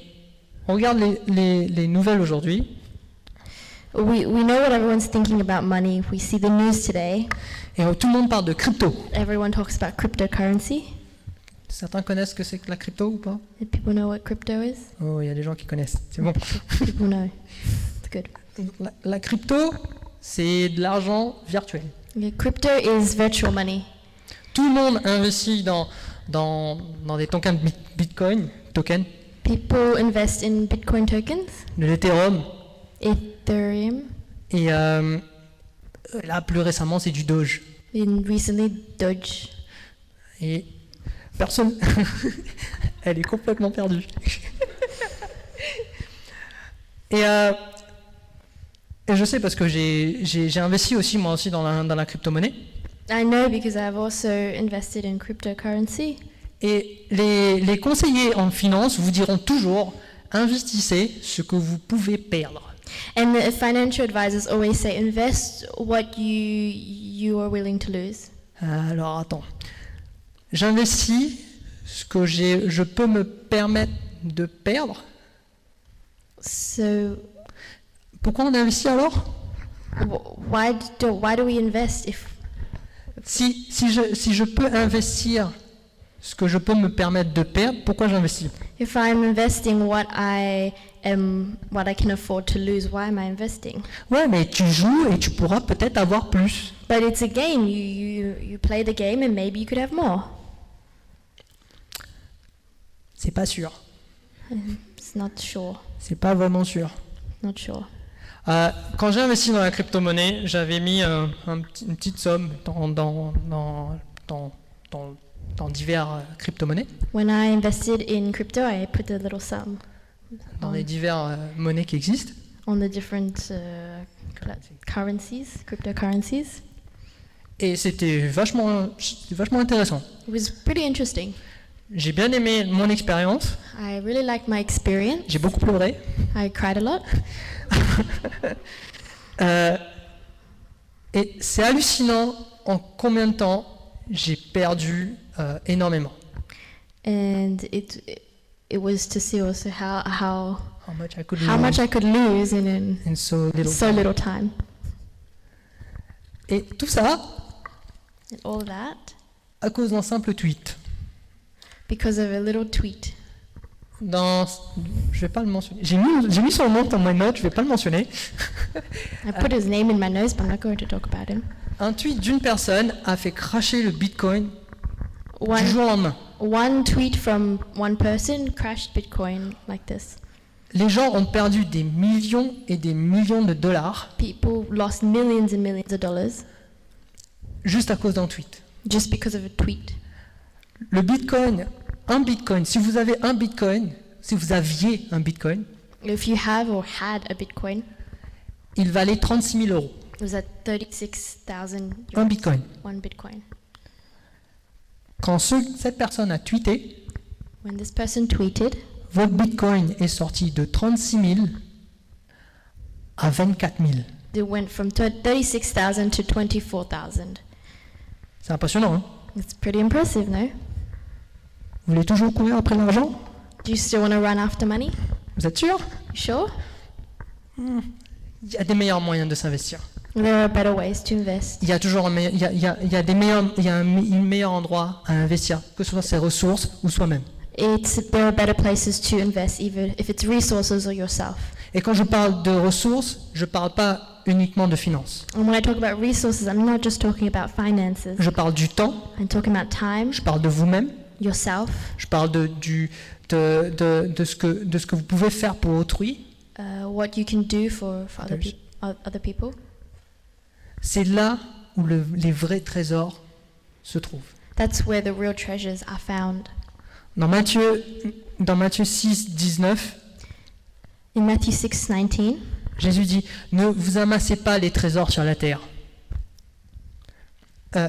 [SPEAKER 3] on regarde les, les- les nouvelles aujourd'hui
[SPEAKER 2] We, we know what everyone's thinking about money. We see the news today.
[SPEAKER 3] et euh, tout le monde parle de crypto.
[SPEAKER 2] Everyone talks about cryptocurrency.
[SPEAKER 3] Certains connaissent ce que c'est que la crypto ou pas
[SPEAKER 2] Do people know what crypto is?
[SPEAKER 3] Oh, il y a des gens qui connaissent. C'est bon.
[SPEAKER 2] People know. It's good.
[SPEAKER 3] La, la crypto, c'est de l'argent virtuel.
[SPEAKER 2] Okay, crypto is virtual money.
[SPEAKER 3] Tout le monde investit dans, dans, dans des tokens bit- Bitcoin, tokens,
[SPEAKER 2] People invest in Bitcoin tokens,
[SPEAKER 3] de l'Ethereum.
[SPEAKER 2] Ethereum,
[SPEAKER 3] Et euh, là, plus récemment, c'est du Doge.
[SPEAKER 2] and recently Doge.
[SPEAKER 3] Et personne. Elle est complètement perdue. et, euh, et je sais parce que j'ai- j'ai j'ai investi aussi, moi aussi, dans la, dans la crypto-monnaie.
[SPEAKER 2] I know because I've also invested in cryptocurrency.
[SPEAKER 3] Et les, les conseillers en finance vous diront toujours investissez ce que vous pouvez perdre.
[SPEAKER 2] And the financial advisors always say invest what you you are willing to lose.
[SPEAKER 3] Euh, Alors attends. J'investis ce que j'ai- je peux me permettre de perdre.
[SPEAKER 2] So
[SPEAKER 3] Pourquoi on investit alors
[SPEAKER 2] wh- why d- do why do we invest if
[SPEAKER 3] si, si, je, si je peux investir ce que je peux me permettre de perdre, pourquoi j'investis
[SPEAKER 2] if I'm investing what I am what I can afford to lose? Why am I investing?
[SPEAKER 3] Ouais, mais tu joues et tu pourras peut-être avoir plus.
[SPEAKER 2] But it's a game. You you you play the game and maybe you could have more.
[SPEAKER 3] C'est pas sûr.
[SPEAKER 2] It's not sure.
[SPEAKER 3] C'est pas vraiment sûr.
[SPEAKER 2] Not sure.
[SPEAKER 3] Euh, quand j'ai investi dans la crypto-monnaie, j'avais mis euh, un petit- une petite somme dans, dans, dans, dans, dans, dans divers euh, crypto-monnaies,
[SPEAKER 2] When I invested in crypto, I put a little sum
[SPEAKER 3] dans les divers euh, monnaies qui existent.
[SPEAKER 2] on the different uh, cla- currencies, cryptocurrencies.
[SPEAKER 3] Et c'était vachement, c'était vachement intéressant.
[SPEAKER 2] It was pretty interesting.
[SPEAKER 3] J'ai bien aimé mon expérience.
[SPEAKER 2] I really liked my experience.
[SPEAKER 3] J'ai beaucoup pleuré.
[SPEAKER 2] I cried a lot.
[SPEAKER 3] Euh, et c'est hallucinant en combien de temps j'ai perdu euh, énormément.
[SPEAKER 2] And it it was to see also how how
[SPEAKER 3] How much I could
[SPEAKER 2] how
[SPEAKER 3] lose
[SPEAKER 2] much I could lose in, in
[SPEAKER 3] in so little
[SPEAKER 2] so
[SPEAKER 3] time.
[SPEAKER 2] little time.
[SPEAKER 3] Et tout ça
[SPEAKER 2] And all that
[SPEAKER 3] à cause d'un simple tweet.
[SPEAKER 2] because of a little tweet.
[SPEAKER 3] Dans, je vais pas le mentionner. J'ai mis, j'ai mis son nom dans mes notes, je vais pas le mentionner.
[SPEAKER 2] I
[SPEAKER 3] Uh,
[SPEAKER 2] put his name in my nose, but I'm not going to talk about him.
[SPEAKER 3] Un tweet d'une personne a fait cracher le Bitcoin du
[SPEAKER 2] One
[SPEAKER 3] jour au lendemain.
[SPEAKER 2] one tweet from one person crashed Bitcoin like this.
[SPEAKER 3] Les gens ont perdu des millions et des millions de dollars
[SPEAKER 2] People lost millions and millions of dollars
[SPEAKER 3] juste à cause d'un tweet.
[SPEAKER 2] just because of a tweet.
[SPEAKER 3] Le Bitcoin, un Bitcoin, si vous avez un Bitcoin, si vous aviez un Bitcoin,
[SPEAKER 2] If you have or had a Bitcoin,
[SPEAKER 3] il valait 36 000 euros.
[SPEAKER 2] it was at 36,000
[SPEAKER 3] Un
[SPEAKER 2] euros,
[SPEAKER 3] Bitcoin.
[SPEAKER 2] one Bitcoin.
[SPEAKER 3] Quand ce- cette personne a tweeté,
[SPEAKER 2] When this person tweeted,
[SPEAKER 3] votre Bitcoin est sorti de 36 000 à 24 000.
[SPEAKER 2] it went from thir- 36,000 to 24,000.
[SPEAKER 3] C'est impressionnant, hein
[SPEAKER 2] It's pretty impressive, no?
[SPEAKER 3] Vous voulez toujours courir après l'argent
[SPEAKER 2] Do you still want to run after money?
[SPEAKER 3] Vous êtes sûr
[SPEAKER 2] You sure?
[SPEAKER 3] Il y a des meilleurs moyens de s'investir.
[SPEAKER 2] There are better ways to invest.
[SPEAKER 3] Il y a toujours un meilleur- il y a, il y a- il y a des meilleurs, il y a un, me- un meilleur endroit à investir, que ce soit ses ressources ou soi-même.
[SPEAKER 2] It's, there are better places to invest, even if it's resources or yourself.
[SPEAKER 3] Et quand je parle de ressources, je parle pas uniquement de finances.
[SPEAKER 2] And when I talk about resources, I'm not just talking about finances.
[SPEAKER 3] Je parle du temps,
[SPEAKER 2] I'm talking about time,
[SPEAKER 3] je parle de vous-même,
[SPEAKER 2] yourself,
[SPEAKER 3] je parle de, du, de, de- de ce que, de ce que vous pouvez faire pour autrui.
[SPEAKER 2] uh, what you can do for, for other,
[SPEAKER 3] Others.
[SPEAKER 2] peop o- other people.
[SPEAKER 3] C'est là où le- les vrais trésors se trouvent.
[SPEAKER 2] That's where the real treasures are found.
[SPEAKER 3] Dans Matthieu, dans Matthieu 6, 19,
[SPEAKER 2] In Matthew 6:19,
[SPEAKER 3] Jésus dit, ne vous amassez pas les trésors sur la terre. Euh,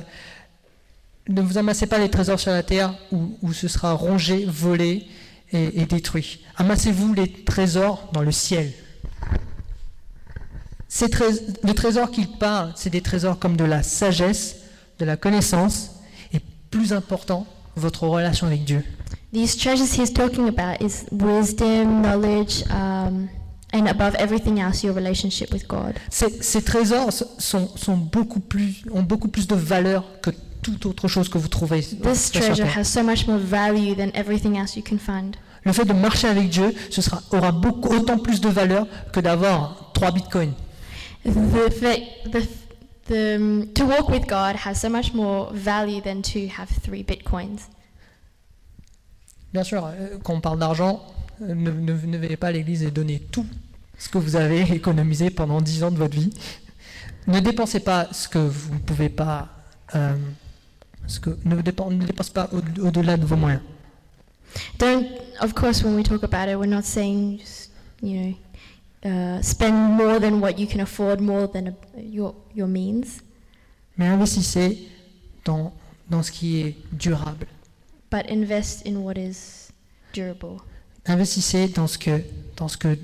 [SPEAKER 3] ne vous amassez pas les trésors sur la terre où, où ce sera rongé, volé et, et détruit. Amassez-vous les trésors dans le ciel. Ces trés- le trésor qu'il parle, c'est des trésors comme de la sagesse, de la connaissance et plus important, votre relation avec Dieu.
[SPEAKER 2] These treasures he's talking about is wisdom, knowledge, um, and above everything else, your relationship with God.
[SPEAKER 3] Ces, ces trésors s- sont, sont beaucoup plus, ont beaucoup plus de valeur que toute autre chose que vous trouvez.
[SPEAKER 2] This
[SPEAKER 3] sur
[SPEAKER 2] treasure
[SPEAKER 3] Terre.
[SPEAKER 2] has so much more value than everything else you can find.
[SPEAKER 3] Le fait de marcher avec Dieu, ce sera, aura beaucoup, autant plus de valeur que d'avoir 3 bitcoins.
[SPEAKER 2] The, fa- the, the, um, to walk with God has so much more value than to have three bitcoins.
[SPEAKER 3] Bien sûr, euh, quand on parle d'argent, euh, ne, ne, ne venez pas à l'église et donnez tout ce que vous avez économisé pendant 10 ans de votre vie. Ne dépensez pas ce que vous ne pouvez pas. euh, ce que, ne, dépen- ne dépensez pas au- au-delà de vos moyens.
[SPEAKER 2] Don't, of course, when we talk about it, we're not saying, just, you know, uh, spend more than what you can afford, more than a, your, your means,
[SPEAKER 3] mais investissez dans, dans ce qui est durable.
[SPEAKER 2] but invest in what is durable.
[SPEAKER 3] Investissez dans ce que, dans ce que,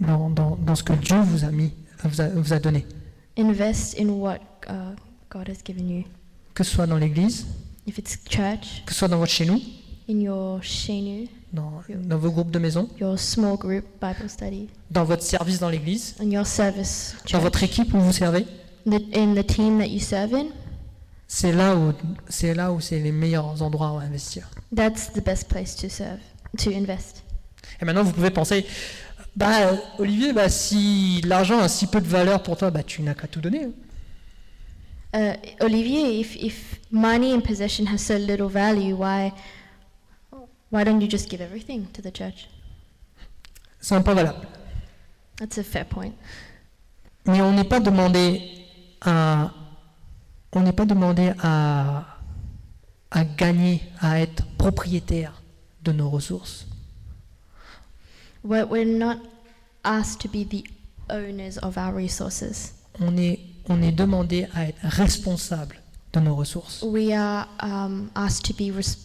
[SPEAKER 3] dans, dans- dans ce que Dieu vous a mis, vous a, vous a donné.
[SPEAKER 2] Invest in what uh, God has given you.
[SPEAKER 3] Que ce soit dans l'église,
[SPEAKER 2] If it's church,
[SPEAKER 3] que ce soit dans votre chez nous,
[SPEAKER 2] in your shenu,
[SPEAKER 3] dans, dans vos groupes de maison,
[SPEAKER 2] your small group Bible study,
[SPEAKER 3] dans votre service dans l'église,
[SPEAKER 2] in your service,
[SPEAKER 3] dans votre
[SPEAKER 2] church,
[SPEAKER 3] équipe où vous servez.
[SPEAKER 2] in the, in the team that you serve in,
[SPEAKER 3] C'est là où c'est là où c'est les meilleurs endroits à investir.
[SPEAKER 2] that's the best place to serve, to invest.
[SPEAKER 3] Et maintenant, vous pouvez penser, bah euh, Olivier, bah si l'argent a si peu de valeur pour toi, bah tu n'as qu'à tout donner. hein.
[SPEAKER 2] Uh, Olivier, if, if money and possession has so little value, why, why don't you just give everything to the church?
[SPEAKER 3] C'est un point valable.
[SPEAKER 2] That's a fair point.
[SPEAKER 3] Mais on n'est pas demandé à, on n'est pas demandé à, à gagner, à être propriétaire de nos ressources.
[SPEAKER 2] We're, we're not asked to be the owners of our resources.
[SPEAKER 3] On est, on est demandé à être responsable de nos ressources.
[SPEAKER 2] We are um, asked to be res-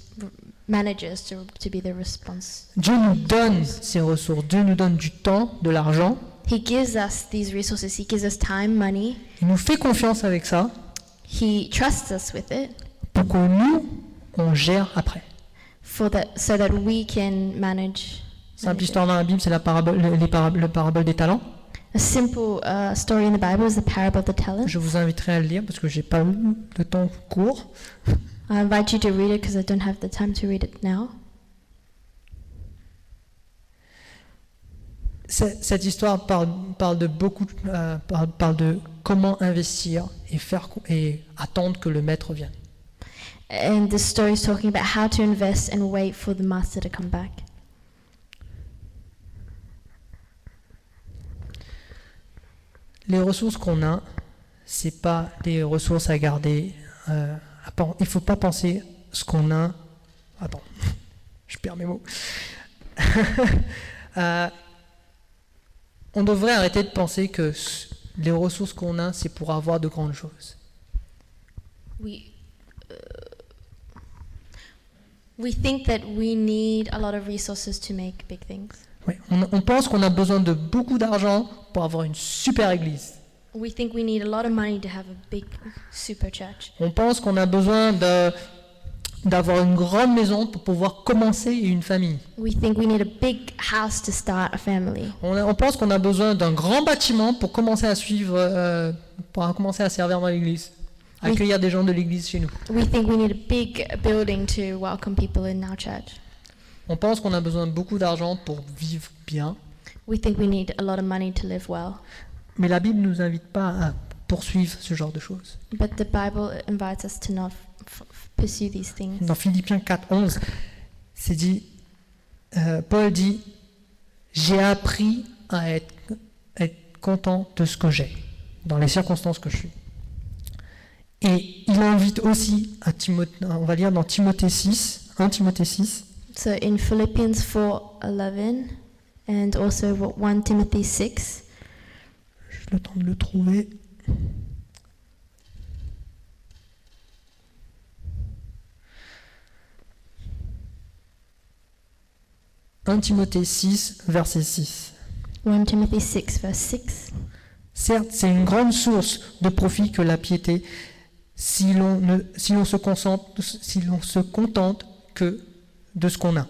[SPEAKER 2] managers, to, to be the response.
[SPEAKER 3] Dieu nous donne ces ressources. Dieu nous donne du temps, de l'argent.
[SPEAKER 2] He gives us these resources. He gives us time, money.
[SPEAKER 3] Il nous fait confiance avec ça
[SPEAKER 2] He trusts us with it
[SPEAKER 3] pour que nous, on gère après.
[SPEAKER 2] for that, so that we can manage.
[SPEAKER 3] Simple
[SPEAKER 2] manage it.
[SPEAKER 3] histoire dans la Bible, c'est la parabole, les paraboles, le parabole des talents.
[SPEAKER 2] A simple uh, story in the Bible is the parable of the talents.
[SPEAKER 3] Je vous inviterai à le lire parce que j'ai pas eu le temps court.
[SPEAKER 2] I invite you to read it because I don't have the time to read it now.
[SPEAKER 3] C'est- Cette histoire parle, parle de beaucoup, euh, parle, parle de comment investir et faire co- et attendre que le maître vienne.
[SPEAKER 2] And this story is talking about how to invest and wait for the master to come back.
[SPEAKER 3] Les ressources qu'on a, c'est pas des ressources à garder. euh, à pen- il faut pas penser ce qu'on a. Attends, je perds mes mots. Euh, on devrait arrêter de penser que ce- les ressources qu'on a, c'est pour avoir de grandes choses.
[SPEAKER 2] We uh, we think that we need a lot of resources to make big things.
[SPEAKER 3] Ouais, on- on pense qu'on a besoin de beaucoup d'argent pour avoir une super église.
[SPEAKER 2] We think we need a lot of money to have a big super church.
[SPEAKER 3] On pense qu'on a besoin de- d'avoir une grande maison pour pouvoir commencer une famille.
[SPEAKER 2] We think we need a big house to start a family.
[SPEAKER 3] On, a- on pense qu'on a besoin d'un grand bâtiment pour commencer à suivre, euh, pour commencer à servir dans l'église,
[SPEAKER 2] Oui.
[SPEAKER 3] accueillir des gens de l'église chez nous.
[SPEAKER 2] We think we need a big building to welcome people in our church.
[SPEAKER 3] On pense qu'on a besoin de beaucoup d'argent pour vivre bien.
[SPEAKER 2] We think we need a lot of money to live well.
[SPEAKER 3] Mais la Bible ne nous invite pas à poursuivre ce genre de choses.
[SPEAKER 2] But the Bible invites us to not f- f- pursue these things.
[SPEAKER 3] Dans Philippiens 4, 11, c'est dit, euh, Paul dit, j'ai appris à être, être content de ce que j'ai, dans les circonstances que je suis. Et il invite aussi à Timothée, on va lire dans Timothée 6, 1 Timothée 6,
[SPEAKER 2] So in Philippians 4:11 and also what 1 Timothy 6,
[SPEAKER 3] J'ai le temps de le trouver. « 1 Timothée 6, verset 6.
[SPEAKER 2] 1 Timothy 6, verse 6.
[SPEAKER 3] Certes, c'est une grande source de profit que la piété, si l'on ne- si l'on se, concentre- si l'on se contente que de ce qu'on a.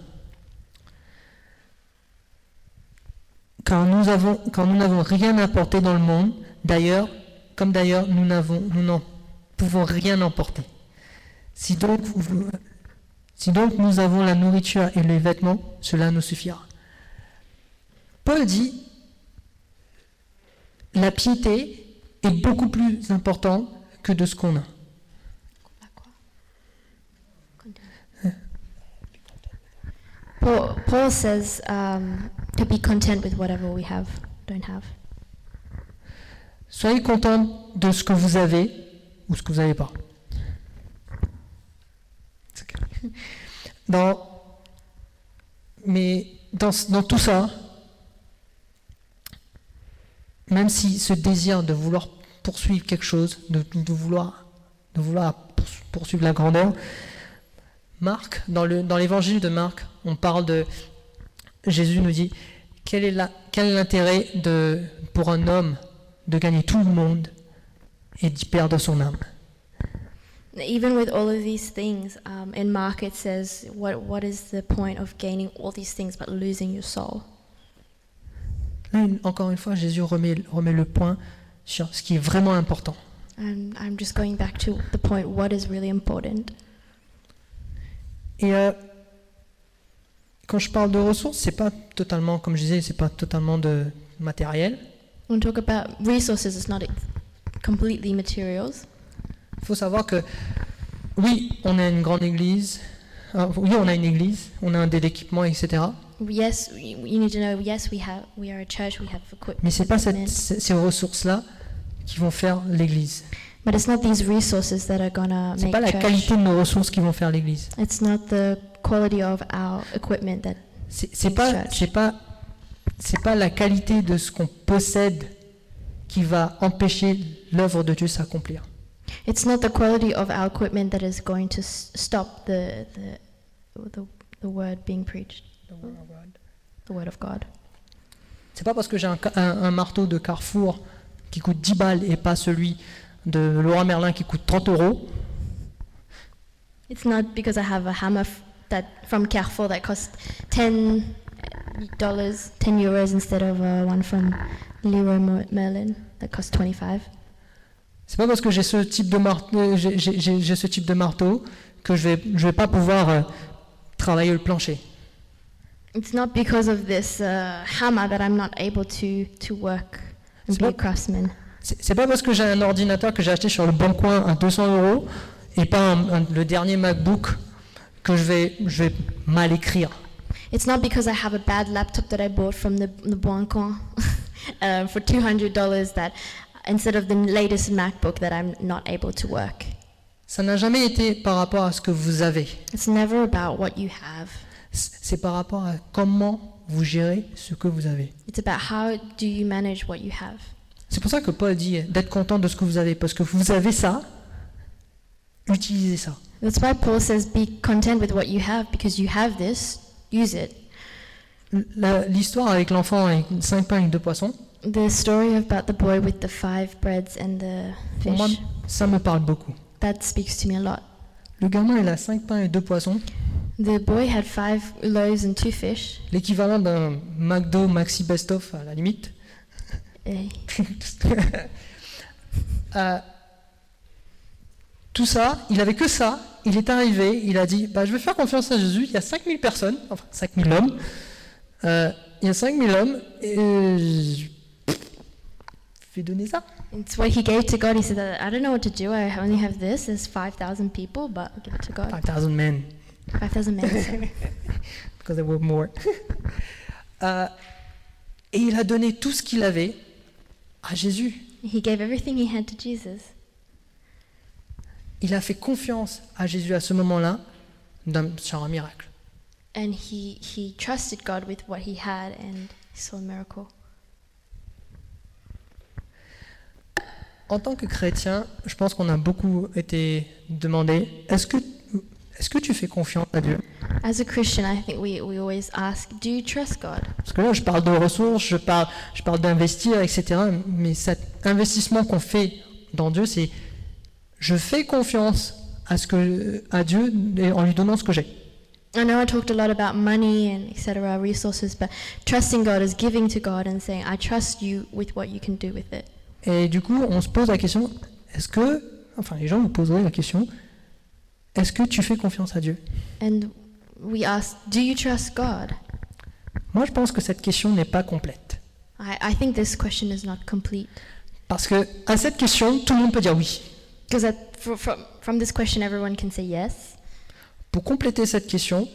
[SPEAKER 3] Car nous avons, car nous n'avons rien apporté dans le monde, d'ailleurs, comme d'ailleurs nous n'avons, nous n'en pouvons rien emporter. Si donc, vous- si donc nous avons la nourriture et les vêtements, cela nous suffira. Paul dit la piété est beaucoup plus importante que de ce qu'on a.
[SPEAKER 2] Paul, Paul says um, to be content with whatever we have, don't have.
[SPEAKER 3] Soyez content de ce que vous avez ou ce que vous n'avez pas. Dans, mais dans, ce- dans tout ça, même si ce désir de vouloir poursuivre quelque chose, de, de vouloir, de vouloir poursu- poursuivre la grandeur, Marc, dans le- dans l'évangile de Marc, on parle de Jésus nous dit quel est la- quel est l'intérêt de pour un homme de gagner tout le monde et d'y perdre son âme.
[SPEAKER 2] Even with all of these things, um, in Mark it says, what, what is the point of gaining all these things but losing your soul?
[SPEAKER 3] Là, une- encore une fois, Jésus remet, remet le point sur ce qui est vraiment important.
[SPEAKER 2] And I'm just going back to the point what is really important.
[SPEAKER 3] Et euh, quand je parle de ressources, c'est pas totalement, comme je disais, c'est pas totalement de matériel.
[SPEAKER 2] When we talk about resources, it's not ex- completely materials.
[SPEAKER 3] Il faut savoir que oui, on a une grande église. Ah, oui, on a une église, on a un dé d'équipement, etc.
[SPEAKER 2] Yes, y- you need to know. Yes, we have. We are a church. We have equip-
[SPEAKER 3] Mais c'est pas cette-
[SPEAKER 2] equipment.
[SPEAKER 3] ces ces ressources-là qui vont faire l'église.
[SPEAKER 2] But it's not these resources that are gonna
[SPEAKER 3] C'est
[SPEAKER 2] make
[SPEAKER 3] pas la
[SPEAKER 2] church.
[SPEAKER 3] qualité de nos ressources qui vont faire l'église.
[SPEAKER 2] It's not the quality of our equipment that.
[SPEAKER 3] C'est c'est pas, c'est pas, c'est pas la qualité de ce qu'on possède qui va empêcher l'œuvre de Dieu s'accomplir.
[SPEAKER 2] It's not the quality of our equipment that is going to s- stop the the the, the word being preached. The word of God.
[SPEAKER 3] C'est pas parce que j'ai un, ca- un- un marteau de Carrefour qui coûte 10 balles et pas celui de Laura Merlin qui coûte 30 euros
[SPEAKER 2] It's not because I have a hammer f- that from Carrefour that costs ten dollars, ten euros instead of uh, one from Leroy Mer- Merlin that costs twenty-five.
[SPEAKER 3] C'est pas parce que j'ai ce type de marteau, j'ai, j'ai- j'ai- j'ai ce type de marteau que je vais, je vais pas pouvoir euh, travailler le plancher.
[SPEAKER 2] It's not because of this uh, hammer that I'm not able to to work and
[SPEAKER 3] C'est
[SPEAKER 2] be a
[SPEAKER 3] pas-
[SPEAKER 2] craftsman.
[SPEAKER 3] C'est, c'est pas parce que j'ai un ordinateur que j'ai acheté sur le bon coin à 200 euros et pas un- un- le dernier MacBook que je vais, je vais mal écrire.
[SPEAKER 2] It's not because I have a bad laptop that I bought from the the Boincoin uh, for two hundred dollars that instead of the latest MacBook that I'm not able to work.
[SPEAKER 3] Ça n'a jamais été par rapport à ce que vous avez.
[SPEAKER 2] It's never about what you have.
[SPEAKER 3] C'est c'est par rapport à comment vous gérez ce que vous avez.
[SPEAKER 2] It's about how do you manage what you have.
[SPEAKER 3] C'est pour ça que Paul dit d'être content de ce que vous avez, parce que vous avez ça, utilisez ça.
[SPEAKER 2] That's why Paul says, be content with what you have because you have this, use it.
[SPEAKER 3] La- L'histoire avec l'enfant avec 5 pains et 2 poissons,
[SPEAKER 2] The story about the boy with the five breads and the
[SPEAKER 3] pour moi,
[SPEAKER 2] fish,
[SPEAKER 3] ça me parle beaucoup.
[SPEAKER 2] that speaks to me a lot.
[SPEAKER 3] Le gamin, il a 5 pains et 2 poissons,
[SPEAKER 2] The boy had five loaves and two fish.
[SPEAKER 3] l'équivalent d'un McDo Maxi Best Of à la limite.
[SPEAKER 2] Eh,
[SPEAKER 3] Euh, tout ça, il avait que ça. Il est arrivé, il a dit bah, Je vais faire confiance à Jésus. Il y a 5000 personnes, enfin 5000 hommes. Euh, il y a 5000 hommes, et je je vais donner ça.
[SPEAKER 2] It's what he gave to God. He said, that, I don't know what to do. I only have this. There's 5,000 people, but I'll give it to God.
[SPEAKER 3] 5000 men,
[SPEAKER 2] 5,000 men. sorry.
[SPEAKER 3] because there were more. Euh, et il a donné tout ce qu'il avait à Jésus.
[SPEAKER 2] he gave everything he had to Jesus.
[SPEAKER 3] Il a fait confiance à Jésus à ce moment-là, d'un- sur un miracle.
[SPEAKER 2] And he, he trusted God with what he had and he saw a miracle.
[SPEAKER 3] En tant que chrétien, je pense qu'on a beaucoup été demandé est-ce que, est que tu fais confiance à Dieu
[SPEAKER 2] As a Christian, I think we, we always ask, do you trust God?
[SPEAKER 3] Parce que là, je parle de ressources, je parle, je parle d'investir, etc. Mais cet investissement qu'on fait dans Dieu, c'est je fais confiance à, ce que, à Dieu et en lui donnant ce que j'ai.
[SPEAKER 2] I know I talked a lot about money and etc. resources, but trusting God is giving to God and saying, I trust you with what you can do with it.
[SPEAKER 3] Et du coup, on se pose la question est-ce que, enfin, les gens vous poseraient la question est-ce que tu fais confiance à Dieu
[SPEAKER 2] And we ask, do you trust God?
[SPEAKER 3] Moi, je pense que cette question n'est pas complète.
[SPEAKER 2] I, I think this question is not complete
[SPEAKER 3] Parce que à cette question, tout le monde peut dire oui.
[SPEAKER 2] because from, from this question, everyone can say yes.
[SPEAKER 3] Pour compléter cette question,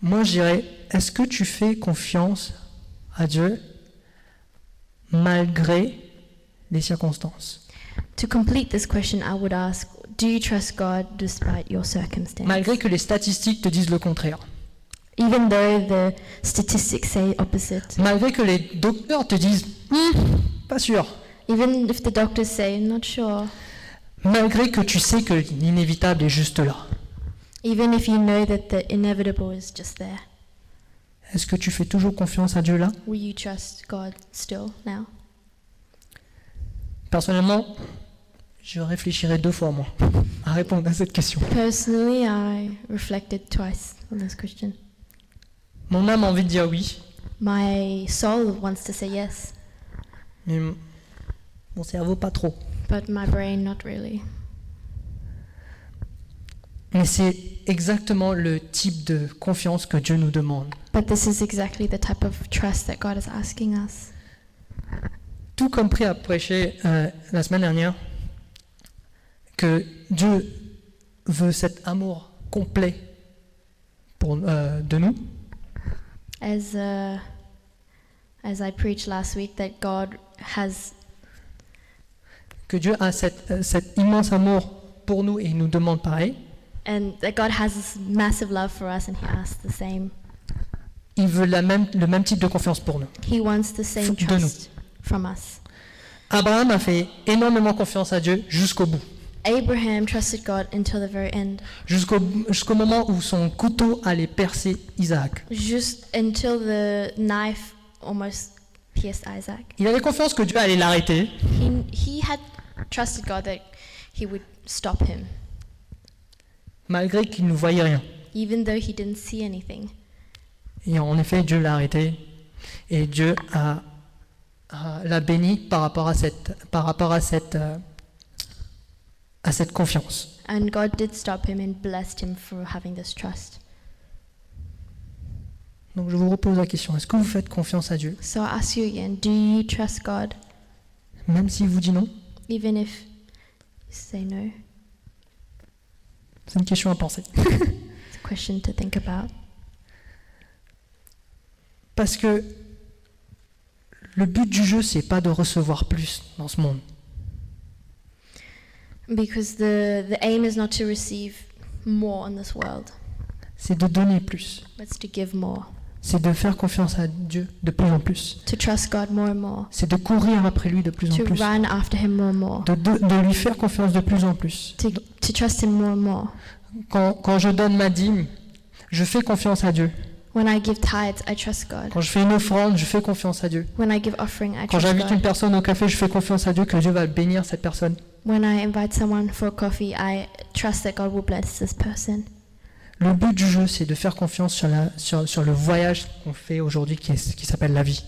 [SPEAKER 3] moi, je dirais est-ce que tu fais confiance à Dieu malgré les circonstances
[SPEAKER 2] To complete this question, I would ask, do you trust God despite your circumstance?
[SPEAKER 3] Malgré que les statistiques te disent le contraire.
[SPEAKER 2] Even though the statistics say opposite,
[SPEAKER 3] Malgré que les docteurs te disent Hmm, pas sûr.
[SPEAKER 2] even if the doctors say, not sure,
[SPEAKER 3] Malgré que tu sais que l'inévitable est juste là.
[SPEAKER 2] even if you know that the inevitable is just there,
[SPEAKER 3] Est-ce que tu fais toujours confiance à Dieu là
[SPEAKER 2] will you trust God still now?
[SPEAKER 3] Personnellement, je réfléchirai deux fois moi à répondre à cette question.
[SPEAKER 2] Personally, I reflected twice on this question.
[SPEAKER 3] Mon âme a envie de dire oui,
[SPEAKER 2] My soul wants to say yes,
[SPEAKER 3] mais m- mon cerveau pas trop.
[SPEAKER 2] but my brain not really.
[SPEAKER 3] Mais c'est exactement le type de confiance que Dieu nous demande.
[SPEAKER 2] But this is exactly the type of trust that God is asking us.
[SPEAKER 3] Tout comme pris à prêcher euh, la semaine dernière, que Dieu veut cet amour complet pour, euh, de nous.
[SPEAKER 2] As uh, as I preached last week, that God has
[SPEAKER 3] que Dieu a cette- euh, cet immense amour pour nous et il nous demande pareil.
[SPEAKER 2] and that God has this massive love for us, and He asks the same.
[SPEAKER 3] Il veut la même, le même type de confiance pour nous.
[SPEAKER 2] He wants the same
[SPEAKER 3] Donne-nous.
[SPEAKER 2] trust from us.
[SPEAKER 3] Abraham a fait énormément confiance à Dieu jusqu'au bout.
[SPEAKER 2] Abraham trusted God until the very end,
[SPEAKER 3] Jusqu'au jusqu'au moment où son couteau allait percer Isaac.
[SPEAKER 2] just until the knife almost pierced Isaac.
[SPEAKER 3] Il avait confiance que Dieu allait l'arrêter,
[SPEAKER 2] He he had trusted God that He would stop him,
[SPEAKER 3] malgré qu'il ne voyait rien.
[SPEAKER 2] even though he didn't see anything.
[SPEAKER 3] Et en effet, Dieu l'a arrêté. Et Dieu a, a- l'a béni par rapport à cette, par rapport à cette, euh, à cette confiance.
[SPEAKER 2] And God did stop him and blessed him for having this trust.
[SPEAKER 3] Donc je vous repose la question, est-ce que vous faites confiance à Dieu
[SPEAKER 2] So I ask you again, do you trust God
[SPEAKER 3] Même s'il vous dit non
[SPEAKER 2] even if you say no?
[SPEAKER 3] C'est une question à penser.
[SPEAKER 2] It's a question to think about.
[SPEAKER 3] Parce que le but du jeu, c'est pas de recevoir plus dans ce monde.
[SPEAKER 2] Because the, the aim is not to receive more in this world,
[SPEAKER 3] C'est de donner plus.
[SPEAKER 2] but it's to give more,
[SPEAKER 3] C'est de faire confiance à Dieu de plus en plus.
[SPEAKER 2] to trust God more and more,
[SPEAKER 3] C'est de courir après lui de plus en
[SPEAKER 2] to
[SPEAKER 3] plus.
[SPEAKER 2] run after Him more and more,
[SPEAKER 3] De, de- de lui faire confiance de plus en plus.
[SPEAKER 2] to, to trust Him more and more.
[SPEAKER 3] Quand, quand je donne ma dîme, je fais confiance à Dieu.
[SPEAKER 2] When I give tithes, I trust God.
[SPEAKER 3] Quand je fais une offrande, je fais confiance à Dieu.
[SPEAKER 2] When I give offering, I
[SPEAKER 3] Quand
[SPEAKER 2] trust
[SPEAKER 3] j'invite une
[SPEAKER 2] God.
[SPEAKER 3] personne au café, je fais confiance à Dieu que Dieu va bénir cette personne.
[SPEAKER 2] When I invite someone for coffee, I trust that God will bless this person.
[SPEAKER 3] Le but du jeu, c'est de faire confiance sur, la- sur- sur le voyage qu'on fait aujourd'hui qui est- qui s'appelle la vie.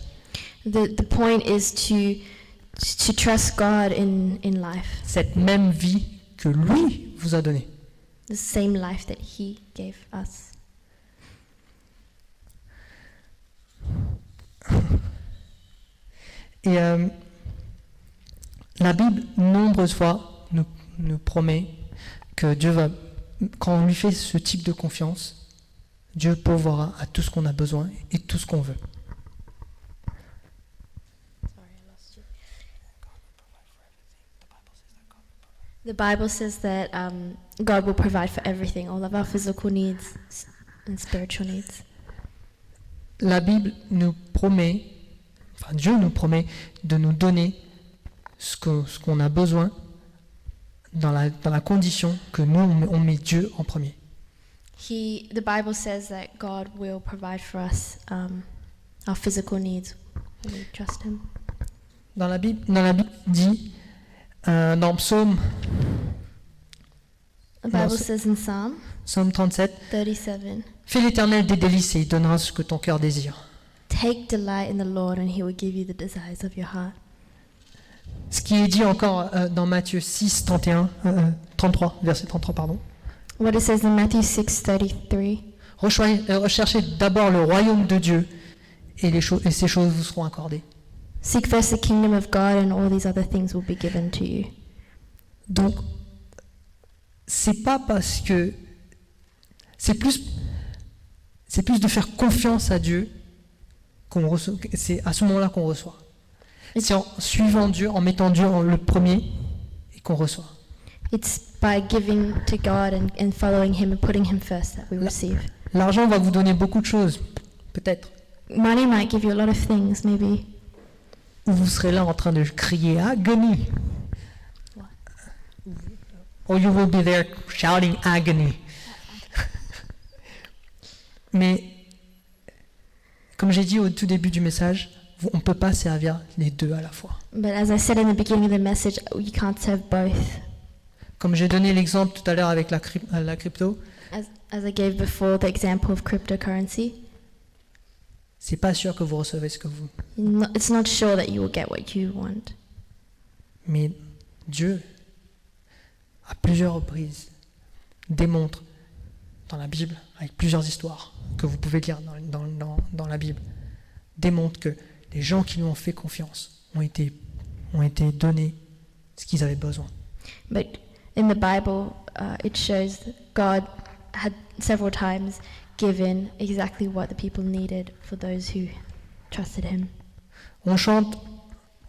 [SPEAKER 2] The, the point is to, to trust God in, in life.
[SPEAKER 3] cette même vie que lui vous a donnée.
[SPEAKER 2] the same life that he gave us.
[SPEAKER 3] Et euh, la Bible, nombreuses fois, nous, nous promet que Dieu va, quand on lui fait ce type de confiance, Dieu pourvoira à tout ce qu'on a besoin et tout ce qu'on veut.
[SPEAKER 2] The Bible says that um, God will provide for everything, all of our physical needs s- and spiritual needs.
[SPEAKER 3] La Bible nous promet, enfin Dieu nous promet de nous donner ce qu'on ce qu'on a besoin dans la, dans la condition que nous, on met- on met Dieu en premier.
[SPEAKER 2] He, the Bible says that God will provide for us um, our physical needs when we trust Him.
[SPEAKER 3] Dans la Bible, dans la Bible dit, euh, dans Psaume,
[SPEAKER 2] The
[SPEAKER 3] Yeah,
[SPEAKER 2] Bible
[SPEAKER 3] so-
[SPEAKER 2] says in Psalm
[SPEAKER 3] Psaume 37,
[SPEAKER 2] 37,
[SPEAKER 3] Fais l'Éternel des délices et il donnera ce que ton cœur désire.
[SPEAKER 2] "Take delight in the Lord, and He will give you the desires of your heart."
[SPEAKER 3] Ce qui est dit encore euh, dans Matthieu 6, 31, euh, 33, verset 33, pardon.
[SPEAKER 2] What it says in Matthew 6:33,
[SPEAKER 3] Rechoy- euh, Recherchez d'abord le royaume de Dieu et, les cho- et ces choses vous seront accordées.
[SPEAKER 2] "Seek first the kingdom of God, and all these other things will be given to you."
[SPEAKER 3] Donc, c'est pas parce que. C'est plus. C'est plus de faire confiance à Dieu qu'on reçoit. C'est à ce moment-là qu'on reçoit. C'est en suivant Dieu, en mettant Dieu en le premier, et qu'on reçoit.
[SPEAKER 2] It's by giving to God and, and following Him and putting Him first that we receive.
[SPEAKER 3] L'argent va vous donner beaucoup de choses, peut-être.
[SPEAKER 2] Money might give you a lot of things, maybe.
[SPEAKER 3] Ou vous serez là en train de crier ah, agony. Or you will be there shouting agony. Mais comme j'ai dit au tout début du message, vous- on ne peut pas servir les deux à la fois.
[SPEAKER 2] But as I said in the beginning of the message, you can't serve both.
[SPEAKER 3] Comme j'ai donné l'exemple tout à l'heure avec la, cryp- euh, la crypto,
[SPEAKER 2] As, as I gave before the example of cryptocurrency,
[SPEAKER 3] c'est pas sûr que vous recevez ce que vous.
[SPEAKER 2] no- it's not sure that you will get what you want.
[SPEAKER 3] Mais Dieu, à plusieurs reprises, démontre dans la Bible, avec plusieurs histoires que vous pouvez lire dans, dans- dans- dans la Bible, démontre que les gens qui lui ont fait confiance ont été, ont été donnés ce qu'ils avaient besoin.
[SPEAKER 2] But in the Bible, uh, it shows that God had several times given exactly what the people needed for those who trusted Him.
[SPEAKER 3] On chante,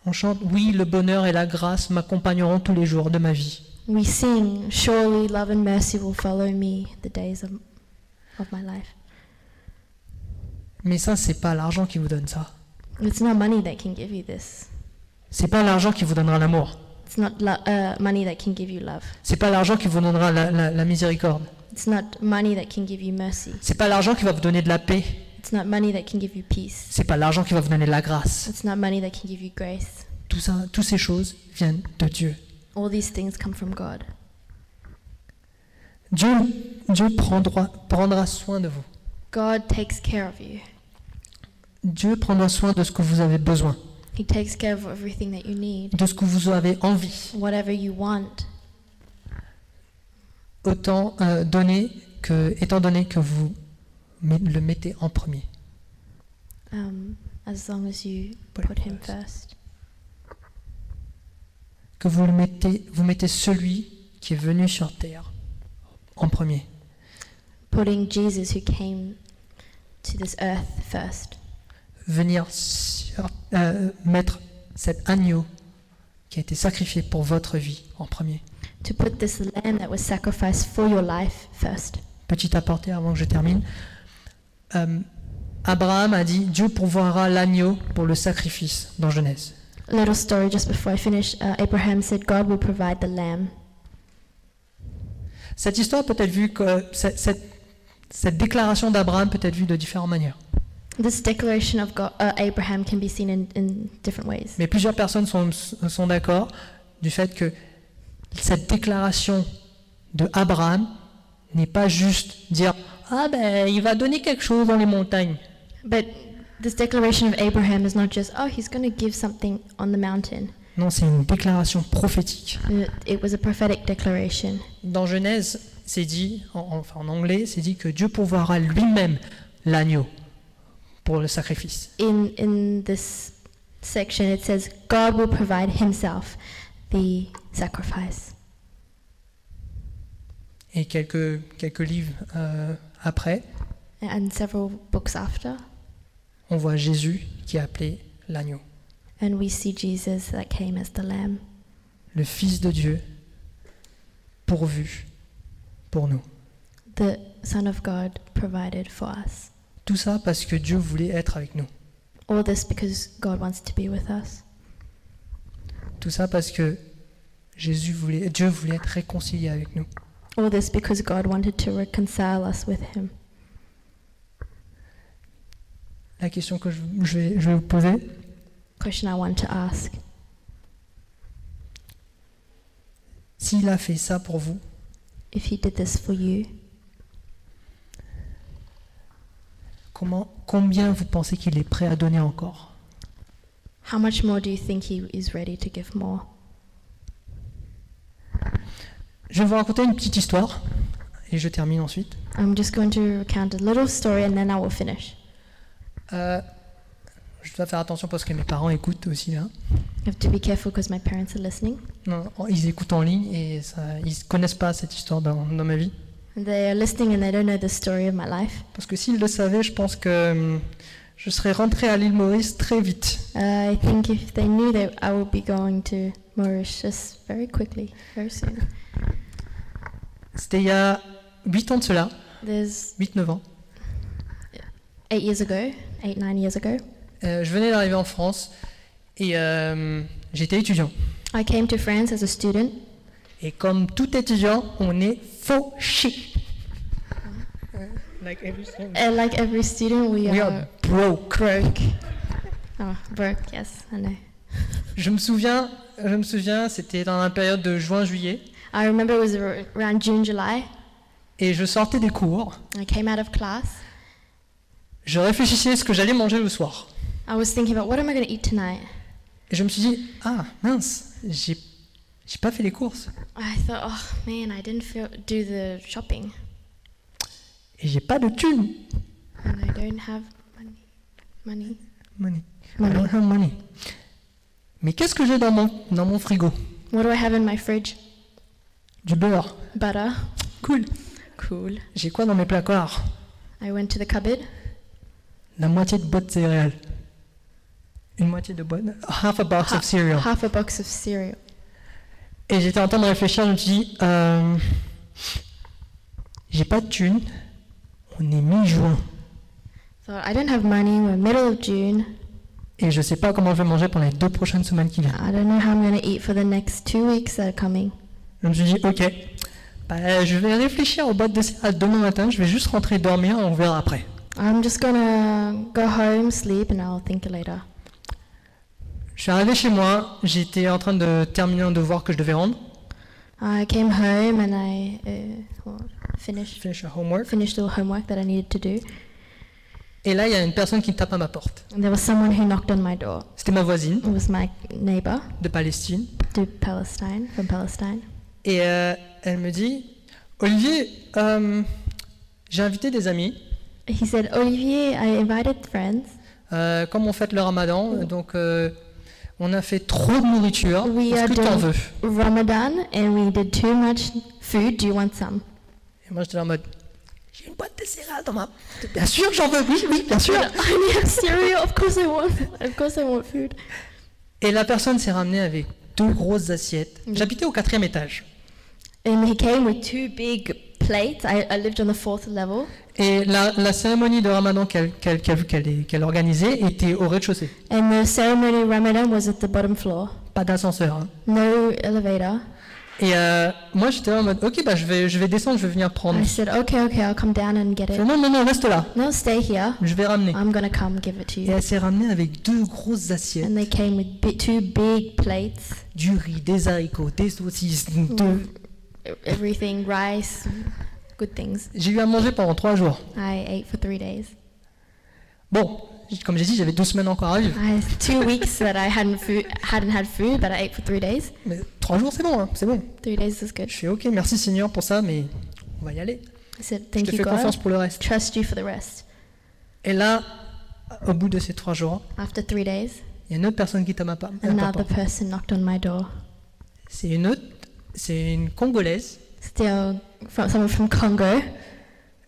[SPEAKER 3] on chante, oui, le bonheur et la grâce m'accompagneront tous les jours de ma vie.
[SPEAKER 2] We sing, Surely love and mercy will follow me the days of, of my life.
[SPEAKER 3] Mais ça, c'est pas l'argent qui vous donne ça.
[SPEAKER 2] It's not money that can give you this.
[SPEAKER 3] C'est pas l'argent qui vous donnera l'amour.
[SPEAKER 2] It's not lo- uh, money that can give you love.
[SPEAKER 3] C'est pas l'argent qui vous donnera la- la- la miséricorde.
[SPEAKER 2] It's not money that can give you mercy.
[SPEAKER 3] C'est pas l'argent qui va vous donner de la paix.
[SPEAKER 2] It's not money that can give you peace.
[SPEAKER 3] C'est pas l'argent qui va vous donner de la grâce.
[SPEAKER 2] It's not money that can give you grace.
[SPEAKER 3] Tout ça, toutes ces choses viennent de Dieu.
[SPEAKER 2] All these things come from God.
[SPEAKER 3] Dieu, Dieu prendra, prendra soin de vous.
[SPEAKER 2] God takes care of you.
[SPEAKER 3] Dieu prendra soin de ce que vous avez besoin,
[SPEAKER 2] He takes care of everything that you need.
[SPEAKER 3] de ce que vous avez envie.
[SPEAKER 2] Whatever you want,
[SPEAKER 3] Autant euh, donné que, étant donné que vous met- le mettez en premier.
[SPEAKER 2] um, as long as you
[SPEAKER 3] Put him
[SPEAKER 2] put Him
[SPEAKER 3] first.
[SPEAKER 2] first.
[SPEAKER 3] Que vous le mettez, vous mettez celui qui est venu sur terre en premier.
[SPEAKER 2] Putting Jesus, who came to this earth, first.
[SPEAKER 3] Venir sur- euh, mettre cet agneau qui a été sacrifié pour votre vie en premier.
[SPEAKER 2] To put this lamb that was sacrificed for your life first.
[SPEAKER 3] petit apporté avant que je termine. Euh, Abraham a dit Dieu pourvoira l'agneau pour le sacrifice dans Genèse.
[SPEAKER 2] Little story just before I finish. Uh, Abraham said, God will provide the lamb.
[SPEAKER 3] Cette histoire peut être vue, que, cette, cette- cette déclaration d'Abraham peut être vue de différentes manières.
[SPEAKER 2] This declaration of God, uh, Abraham can be seen in, in different ways.
[SPEAKER 3] Mais plusieurs personnes sont, sont d'accord du fait que cette déclaration de Abraham n'est pas juste dire Ah ben il va donner quelque chose dans les montagnes.
[SPEAKER 2] But this declaration of Abraham is not just, oh, he's going to give something on the mountain.
[SPEAKER 3] Non, c'est une déclaration prophétique.
[SPEAKER 2] It it was a prophetic declaration.
[SPEAKER 3] Dans Genèse, c'est dit, en, en- enfin en anglais, c'est dit que Dieu pourvoira lui-même l'agneau pour le sacrifice.
[SPEAKER 2] In, in this section, it says, God will provide himself the sacrifice.
[SPEAKER 3] Et quelques, quelques livres euh, après,
[SPEAKER 2] And several books after,
[SPEAKER 3] on voit Jésus qui est appelé l'agneau,
[SPEAKER 2] and we see Jesus that came as the lamb,
[SPEAKER 3] le Fils de Dieu pourvu pour nous.
[SPEAKER 2] the Son of God provided for us.
[SPEAKER 3] Tout ça parce que Dieu voulait être avec nous.
[SPEAKER 2] All this because God wants to be with us.
[SPEAKER 3] Tout ça parce que Jésus voulait, Dieu voulait être réconcilié avec nous.
[SPEAKER 2] All this because God wanted to reconcile us with Him.
[SPEAKER 3] La question que je, je vais, je vais vous poser,
[SPEAKER 2] Question I want to ask
[SPEAKER 3] s'il a fait ça pour vous,
[SPEAKER 2] if He did this for you,
[SPEAKER 3] comment, combien vous pensez qu'il est prêt à donner encore
[SPEAKER 2] how much more do you think He is ready to give more?
[SPEAKER 3] Je vais vous raconter une petite histoire et je termine ensuite.
[SPEAKER 2] I'm just going to recount a little story and then I will finish.
[SPEAKER 3] Euh, je dois faire attention parce que mes parents écoutent aussi. hein.
[SPEAKER 2] You have to be careful because my parents are listening.
[SPEAKER 3] Non, oh, ils écoutent en ligne et ça, ils ne connaissent pas cette histoire dans, dans ma vie.
[SPEAKER 2] They are listening and they don't know the story of my life.
[SPEAKER 3] Parce que s'ils le savaient, je pense que hum, je serais rentré à l'île Maurice très vite.
[SPEAKER 2] Uh, I think if they knew that I would be going to Mauritius very quickly, very soon.
[SPEAKER 3] C'était il y a 8 ans de cela,
[SPEAKER 2] There's
[SPEAKER 3] 8-9 ans.
[SPEAKER 2] eight years ago, eight, nine years ago,
[SPEAKER 3] Euh, je venais d'arriver en France et euh, j'étais étudiant.
[SPEAKER 2] I came to France as a student.
[SPEAKER 3] Et comme tout étudiant, on est fauché. Like every student.
[SPEAKER 2] And Uh, like every student, we,
[SPEAKER 3] We are
[SPEAKER 2] are
[SPEAKER 3] broke.
[SPEAKER 2] oh, broke, yes, I know.
[SPEAKER 3] Je me souviens, je me souviens, c'était dans la période de juin-juillet
[SPEAKER 2] I remember it was ar- around June, July.
[SPEAKER 3] et je sortais des cours.
[SPEAKER 2] I came out of class.
[SPEAKER 3] Je réfléchissais à ce que j'allais manger le soir.
[SPEAKER 2] I was thinking about what am I going to eat tonight?
[SPEAKER 3] Et je me suis dit, ah mince, j'ai j'ai pas fait les courses
[SPEAKER 2] I thought, oh man, I didn't feel, do the shopping.
[SPEAKER 3] et j'ai pas de thunes.
[SPEAKER 2] And I don't have money. Money.
[SPEAKER 3] Money. I
[SPEAKER 2] Money.
[SPEAKER 3] don't have money. Mais qu'est-ce que j'ai dans mon, dans mon frigo
[SPEAKER 2] What do I have in my fridge?
[SPEAKER 3] Du beurre.
[SPEAKER 2] Butter.
[SPEAKER 3] Cool.
[SPEAKER 2] Cool.
[SPEAKER 3] J'ai quoi dans mes placards
[SPEAKER 2] I went to the cupboard.
[SPEAKER 3] La moitié de boîte de céréales. Une moitié de boîte. Half a box
[SPEAKER 2] Ha-
[SPEAKER 3] of cereal.
[SPEAKER 2] Half a box of cereal.
[SPEAKER 3] Et j'étais en train de réfléchir, je me suis dit, euh, j'ai pas de thunes. On est mi-juin.
[SPEAKER 2] Thought, I don't have money. We're middle of June.
[SPEAKER 3] Et je sais pas comment je vais manger pendant les deux prochaines semaines qui viennent.
[SPEAKER 2] I don't know how I'm going to eat for the next two weeks that are coming.
[SPEAKER 3] Je me suis dit, ok, bah, je vais réfléchir aux boîtes de céréales demain matin, je vais juste rentrer dormir, on verra après.
[SPEAKER 2] I'm just going to go home, sleep, and I'll think later.
[SPEAKER 3] Je suis arrivé chez moi, j'étais en train de terminer un devoir que je devais rendre.
[SPEAKER 2] I came home and I uh, well, finished,
[SPEAKER 3] Finish your homework.
[SPEAKER 2] finished all the homework that I needed to do.
[SPEAKER 3] Et là, il y a une personne qui tape à ma porte.
[SPEAKER 2] And there was someone who knocked on my door.
[SPEAKER 3] C'était ma voisine
[SPEAKER 2] It was my neighbor
[SPEAKER 3] de Palestine.
[SPEAKER 2] to Palestine, from Palestine.
[SPEAKER 3] Et euh, elle me dit, Olivier, euh, j'ai invité des amis.
[SPEAKER 2] He said, Olivier, I invited friends.
[SPEAKER 3] Euh, comme on fête le ramadan, donc euh, on a fait trop de nourriture.
[SPEAKER 2] We
[SPEAKER 3] Est-ce
[SPEAKER 2] are
[SPEAKER 3] que t'en
[SPEAKER 2] doing-
[SPEAKER 3] veux
[SPEAKER 2] Ramadan and we did too much food. Do you want some?
[SPEAKER 3] Et moi, j'étais là en mode, j'ai une boîte de céréales dans ma... Bien sûr, j'en veux, oui, oui, bien sûr.
[SPEAKER 2] I have cereal. Of course I want. Of course I want food.
[SPEAKER 3] Et la personne s'est ramenée avec deux grosses assiettes. J'habitais au quatrième étage.
[SPEAKER 2] And he came with two big plates. I, I lived on the fourth level,
[SPEAKER 3] Et la, la cérémonie de Ramadan qu'elle qu'elle- qu'elle- qu'elle- qu'elle organisait était au rez-de-chaussée.
[SPEAKER 2] and the ceremony Ramadan was at the bottom floor.
[SPEAKER 3] Pas d'ascenseur. hein.
[SPEAKER 2] No elevator.
[SPEAKER 3] Et euh, moi, j'étais là en mode, ok, bah, je, vais, je vais descendre, je vais venir prendre.
[SPEAKER 2] I said, okay, okay, I'll come down and get it.
[SPEAKER 3] Elle fait, non, non, non, reste là.
[SPEAKER 2] No, stay here.
[SPEAKER 3] Je vais ramener.
[SPEAKER 2] I'm gonna come give it to
[SPEAKER 3] Et
[SPEAKER 2] you.
[SPEAKER 3] elle s'est ramenée avec deux grosses assiettes.
[SPEAKER 2] And they came with bi- two big plates,
[SPEAKER 3] Du riz, des haricots, des saucisses.
[SPEAKER 2] Ah.
[SPEAKER 3] de-
[SPEAKER 2] everything, rice, good things.
[SPEAKER 3] J'ai eu à manger pendant trois jours.
[SPEAKER 2] I ate for three days.
[SPEAKER 3] Bon, comme j'ai dit, j'avais deux semaines encore à vivre.
[SPEAKER 2] I had two weeks that I hadn't food, hadn't had food, but I ate for three days.
[SPEAKER 3] Mais trois jours, c'est bon, hein, c'est bon.
[SPEAKER 2] Three days is good.
[SPEAKER 3] Je fais, ok, merci Seigneur pour ça, mais on va y aller.
[SPEAKER 2] I said,
[SPEAKER 3] Je
[SPEAKER 2] thank
[SPEAKER 3] te
[SPEAKER 2] you,
[SPEAKER 3] fais confiance
[SPEAKER 2] God.
[SPEAKER 3] pour le reste.
[SPEAKER 2] Trust you for the rest.
[SPEAKER 3] Et là, au bout de ces trois jours,
[SPEAKER 2] After three days,
[SPEAKER 3] il y a une autre personne qui tape à ma à ma
[SPEAKER 2] another
[SPEAKER 3] porte.
[SPEAKER 2] person knocked on my door.
[SPEAKER 3] C'est une autre, c'est une Congolaise
[SPEAKER 2] Still, from someone from Congo,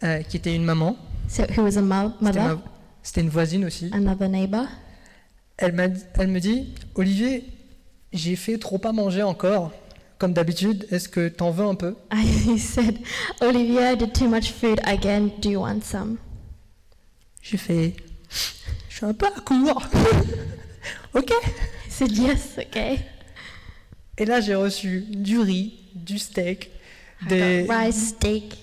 [SPEAKER 3] euh, qui était une maman.
[SPEAKER 2] so, who was a mo-
[SPEAKER 3] C'était
[SPEAKER 2] mother,
[SPEAKER 3] ma- C'était une voisine aussi.
[SPEAKER 2] another neighbor.
[SPEAKER 3] Elle, m'a dit- elle me dit, Olivier, j'ai fait trop à manger encore, comme d'habitude. Est-ce que t'en veux un peu
[SPEAKER 2] I he said, Olivia, I did too much food again. Do you want some?
[SPEAKER 3] J'ai fait, je suis un peu à court. ok.
[SPEAKER 2] I said, yes, okay.
[SPEAKER 3] Et là, j'ai reçu du riz, du steak,
[SPEAKER 2] I
[SPEAKER 3] des,
[SPEAKER 2] got rice, steak,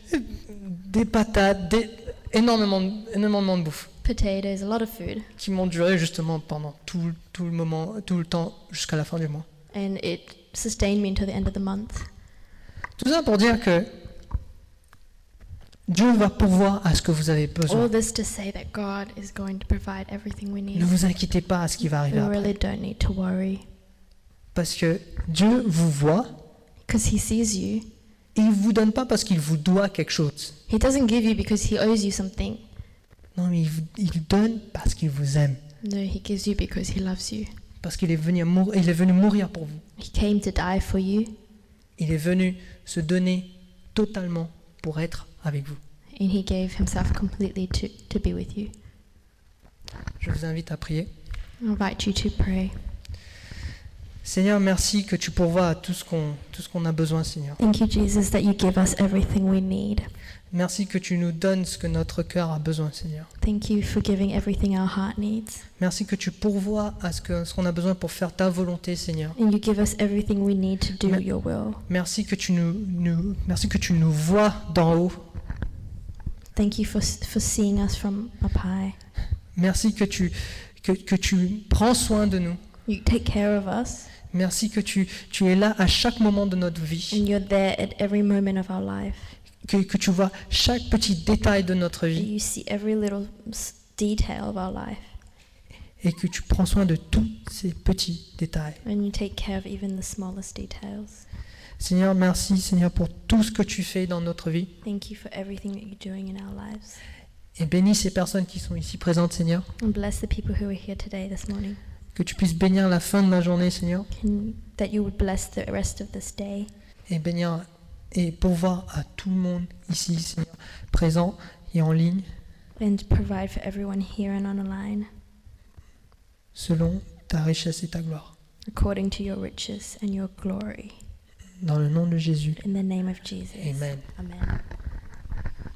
[SPEAKER 3] des patates, des, énormément, de- énormément de bouffe
[SPEAKER 2] potatoes, a lot of food,
[SPEAKER 3] qui m'ont duré justement pendant tout, tout le moment, tout le temps, jusqu'à la fin du mois.
[SPEAKER 2] and it sustained me until the end of the month.
[SPEAKER 3] Tout ça pour dire que Dieu va pourvoir à ce que vous avez
[SPEAKER 2] All
[SPEAKER 3] besoin.
[SPEAKER 2] this to say that God is going to provide everything we need.
[SPEAKER 3] Ne vous inquiétez pas à ce qui va
[SPEAKER 2] We
[SPEAKER 3] arriver après.
[SPEAKER 2] really don't need to worry
[SPEAKER 3] Parce que Dieu vous voit
[SPEAKER 2] because He sees you.
[SPEAKER 3] et il ne vous donne pas parce qu'il vous doit quelque chose.
[SPEAKER 2] He doesn't give you because He owes you something.
[SPEAKER 3] Non, mais il, vous- il donne parce qu'il vous aime.
[SPEAKER 2] No, He gives you because He loves you.
[SPEAKER 3] Parce qu'il est, venu mourir- il est venu mourir pour vous.
[SPEAKER 2] He came to die for you,
[SPEAKER 3] Il est venu se donner totalement pour être avec vous.
[SPEAKER 2] and He gave Himself completely to, to be with you.
[SPEAKER 3] Je vous invite à prier.
[SPEAKER 2] I invite you to pray.
[SPEAKER 3] Seigneur, merci que tu pourvois à tout ce qu'on tout ce qu'on a besoin, Seigneur.
[SPEAKER 2] Thank you, Jesus, that you give us everything we need.
[SPEAKER 3] Merci que tu nous donnes ce que notre cœur a besoin, Seigneur.
[SPEAKER 2] Thank you for giving everything our heart needs.
[SPEAKER 3] Merci que tu pourvois à ce que- ce qu'on a besoin pour faire ta volonté, Seigneur.
[SPEAKER 2] And you give us everything we need to do
[SPEAKER 3] Ma-
[SPEAKER 2] your will.
[SPEAKER 3] Merci que tu nous, nous- merci que tu nous vois d'en haut.
[SPEAKER 2] Thank you for, s- for seeing us from up high.
[SPEAKER 3] Merci que tu que, que tu prends soin de nous.
[SPEAKER 2] You take care of us,
[SPEAKER 3] Merci que tu, tu es là à chaque moment de notre vie,
[SPEAKER 2] and you're there at every moment of our life.
[SPEAKER 3] que, que tu vois chaque petit détail de notre
[SPEAKER 2] And
[SPEAKER 3] vie
[SPEAKER 2] You see every little s- detail of our life,
[SPEAKER 3] et que tu prends soin de tous ces petits détails.
[SPEAKER 2] and you take care of even the smallest details.
[SPEAKER 3] Seigneur, merci Seigneur pour tout ce que tu fais dans notre vie.
[SPEAKER 2] Thank you for everything that you're doing in our lives.
[SPEAKER 3] Et bénis ces personnes qui sont ici présentes, Seigneur.
[SPEAKER 2] And bless the people who are here today, this morning.
[SPEAKER 3] Que tu puisses bénir la fin de la journée, Seigneur.
[SPEAKER 2] Can, that you would bless the rest of this day.
[SPEAKER 3] Et bénir et pourvoir à tout le monde ici, Seigneur, présent et en ligne,
[SPEAKER 2] and provide for everyone here and on the line
[SPEAKER 3] selon ta richesse et ta gloire.
[SPEAKER 2] according to your riches and your glory.
[SPEAKER 3] Dans le nom de Jésus.
[SPEAKER 2] In the name of Jesus.
[SPEAKER 3] Amen.
[SPEAKER 2] Amen.